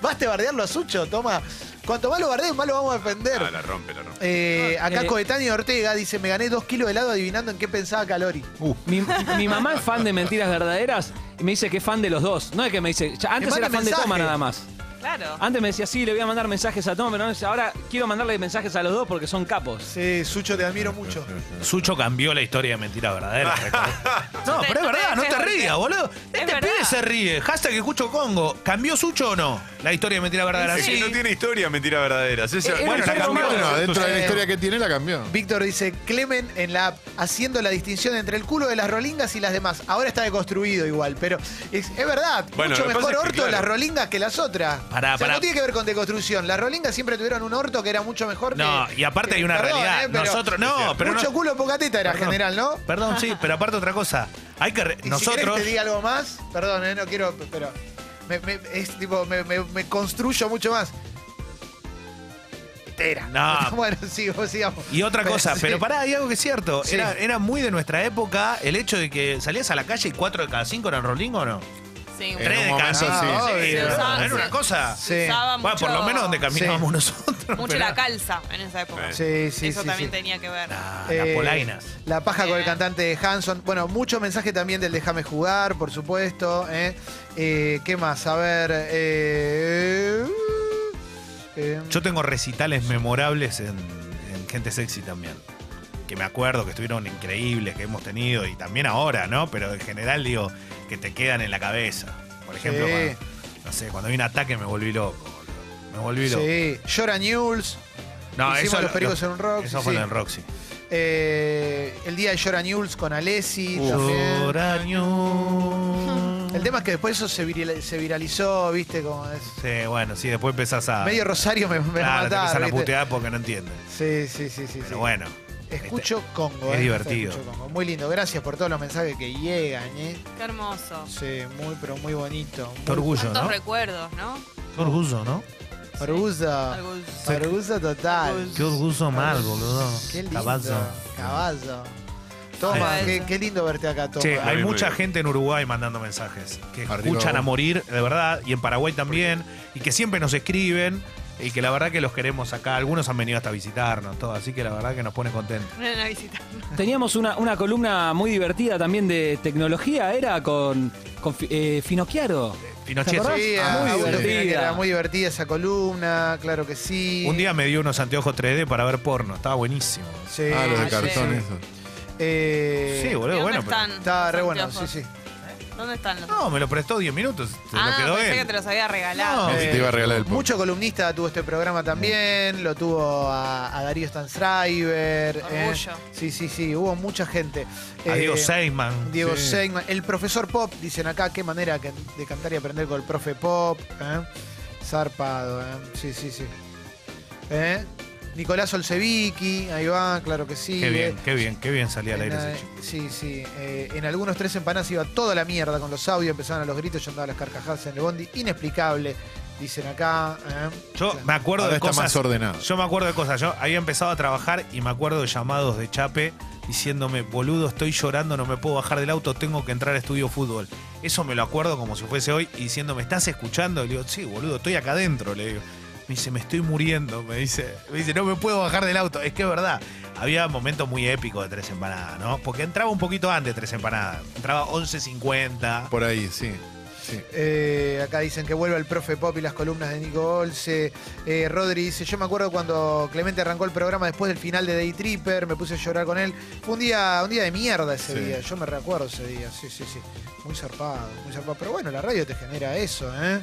Basta de bardearlo a Sucho, toma. Cuanto más lo bardees, más lo vamos a defender. Ah, la rompe, la rompe. Eh, acá Eh. Coetáneo Ortega dice, me gané dos kilos de helado adivinando en qué pensaba Calori. Mi, mi mamá es fan de mentiras verdaderas y me dice que es fan de los dos. No es que me dice. ya, antes Que mande era fan mensaje. de Toma nada más. Claro. Antes me decía, sí, le voy a mandar mensajes a Toma, pero no, ahora quiero mandarle mensajes a los dos porque son capos. Sí, Sucho, te admiro mucho. Sucho cambió la historia de ¿eh? mentira verdadera. no, te- pero es no te verdad, no te dejes rías, porque- boludo. Este verdad. pibe se ríe. Hashtag escucho Congo. ¿Cambió Sucho o no? La historia de mentira verdadera. Es que Sí. no tiene historia, mentira verdadera. Es esa- Eh, bueno, es la un cambió, humano. Bueno, dentro de la Eh. historia que tiene la cambió. Víctor dice, Clemen en la app, haciendo la distinción entre el culo de las rolingas y las demás. Ahora está deconstruido igual, pero es, es verdad, Bueno, mucho lo que pasa mejor es que, orto claro. las rolingas que las otras. Pará, O sea, pará. no tiene que ver con deconstrucción. Las rolingas siempre tuvieron un orto que era mucho mejor No, que- y aparte que- hay una perdón, realidad. eh, pero Nosotros, no, pero mucho no. culo, poca teta era Perdón. general, ¿no? Perdón, sí, pero aparte otra cosa. Hay que. re- Y si querés nosotros. te diga algo más, perdón, eh, no quiero, pero me, me- es tipo, me, me- me construyo mucho más. Tera. No. Bueno, sí, vos sigamos. Y otra cosa, sí. pero pará, hay algo que es cierto. Sí. Era, era muy de nuestra época el hecho de que salías a la calle y cuatro de cada cinco eran rolling o no. Sí, En Tres un de cada momento, cinco. sí. Sí, Obvio. era, Sí. una cosa. Sí. Se usaba Bueno, por mucho- lo menos donde caminábamos nosotros. Mucho pero- la calza en esa época. Sí. Sí, sí, Eso sí, también sí. tenía que ver. Ah, Eh, las polainas. La paja con el Bien. cantante Hanson. Bueno, mucho mensaje también del Déjame jugar, por supuesto. ¿eh? Eh, qué más? A ver. eh, eh, Yo tengo recitales memorables en, en Gente Sexy también. Que me acuerdo que estuvieron increíbles, que hemos tenido, y también ahora, ¿no? Pero en general digo, que te quedan en la cabeza. Por ejemplo, Sí. cuando, no sé, cuando vi un ataque me volví loco. boludo. Me volví loco. sí. Llora News. No, Hicimos eso los pericos lo- en un Roxy, Eso fue sí. en Roxy. Eh, el día de Llora News con Alessi. también. Lloraño. El tema es que después eso se, viril- se viralizó, ¿viste? Como es. Sí, bueno, sí, después empezás a. Medio Rosario me, me va Ah, Claro, a te matar, empiezan a ¿viste? putear porque no entienden. Sí, sí, sí, sí. sí. Pero bueno. Escucho Congo. Este, es ¿eh? divertido. Escucho Congo. Muy lindo. Gracias por todos los mensajes que llegan, ¿eh? Qué hermoso. Sí, muy, pero muy bonito. Qué orgullo, Tantos ¿no? recuerdos, ¿no? Qué orgullo, ¿no? Orgullo. Algo- Orgullo total. Qué orgullo mal, boludo. Qué lindo. Caballo. Caballo. Toma, Caballo. qué, qué lindo verte acá, Toma. Che, hay bien, mucha muy bien. gente en Uruguay mandando mensajes que Arriba, escuchan vos. a morir, de verdad, y en Paraguay también, y que siempre nos escriben, y que la verdad que los queremos acá. Algunos han venido hasta visitarnos, todo, así que la verdad que nos pone contentos. Ven a visitar. Teníamos una, una columna muy divertida también de tecnología, era con, con Fi- eh, Finocchiaro. Pinochet, ¿Te acordás? Sí, Ah, a- muy a- divertida. Era muy divertida esa columna, claro que sí. un día me dio unos anteojos 3D para ver porno, estaba buenísimo. Sí, Ah, los sí. de cartón, eso. Eh, Sí, ¿Y boludo, ¿Dónde bueno. pero- están? Estaba los re bueno, sí, anteojos? sí. ¿Dónde están los No, me lo prestó 10 minutos, se Ah, lo quedó pensé él. que te los había regalado. No. Ese te iba a regalar el Mucho columnista tuvo este programa también, lo tuvo a, a Darío Stanzreiber. eh. Orgullo. Sí, sí, sí, hubo mucha gente. A Eh, Diego Seyman. Diego Sí. Seyman. El profesor Pop, dicen acá, qué manera que- de cantar y aprender con el profe Pop. ¿eh? Zarpado, ¿eh? sí, sí, sí. ¿Eh? Nicolás Olsevicki, ahí va, claro que sí. Qué bien, ¿eh? qué bien, qué bien salía al En, aire eh, ese chico. Sí, sí. eh, en algunos tres empanadas iba toda la mierda con los audios, empezaban a los gritos, yo andaba las carcajadas en el bondi. Inexplicable, dicen acá. ¿eh? Yo Claro. me acuerdo Ahora de está cosas. más ordenado. Yo me acuerdo de cosas. Yo había empezado a trabajar y me acuerdo de llamados de Chape diciéndome, boludo, estoy llorando, no me puedo bajar del auto, tengo que entrar a estudio fútbol. Eso me lo acuerdo como si fuese hoy y diciéndome, ¿estás escuchando? Le digo, sí, boludo, estoy acá adentro, le digo. Me dice, me estoy muriendo, me dice, me dice, no me puedo bajar del auto. Es que es verdad, había momentos muy épicos de Tres Empanadas, ¿no? Porque entraba un poquito antes Tres Empanadas, entraba 11.50, Por ahí, sí. Sí. Eh, acá dicen que vuelve el profe Pop y las columnas de Nico Olce. Eh, Rodri dice, yo me acuerdo cuando Clemente arrancó el programa después del final de Day Tripper, me puse a llorar con él. Fue un día, un día de mierda ese Sí. día, yo me recuerdo ese día, sí, sí, sí. Muy zarpado, muy zarpado. Pero bueno, la radio te genera eso, ¿eh?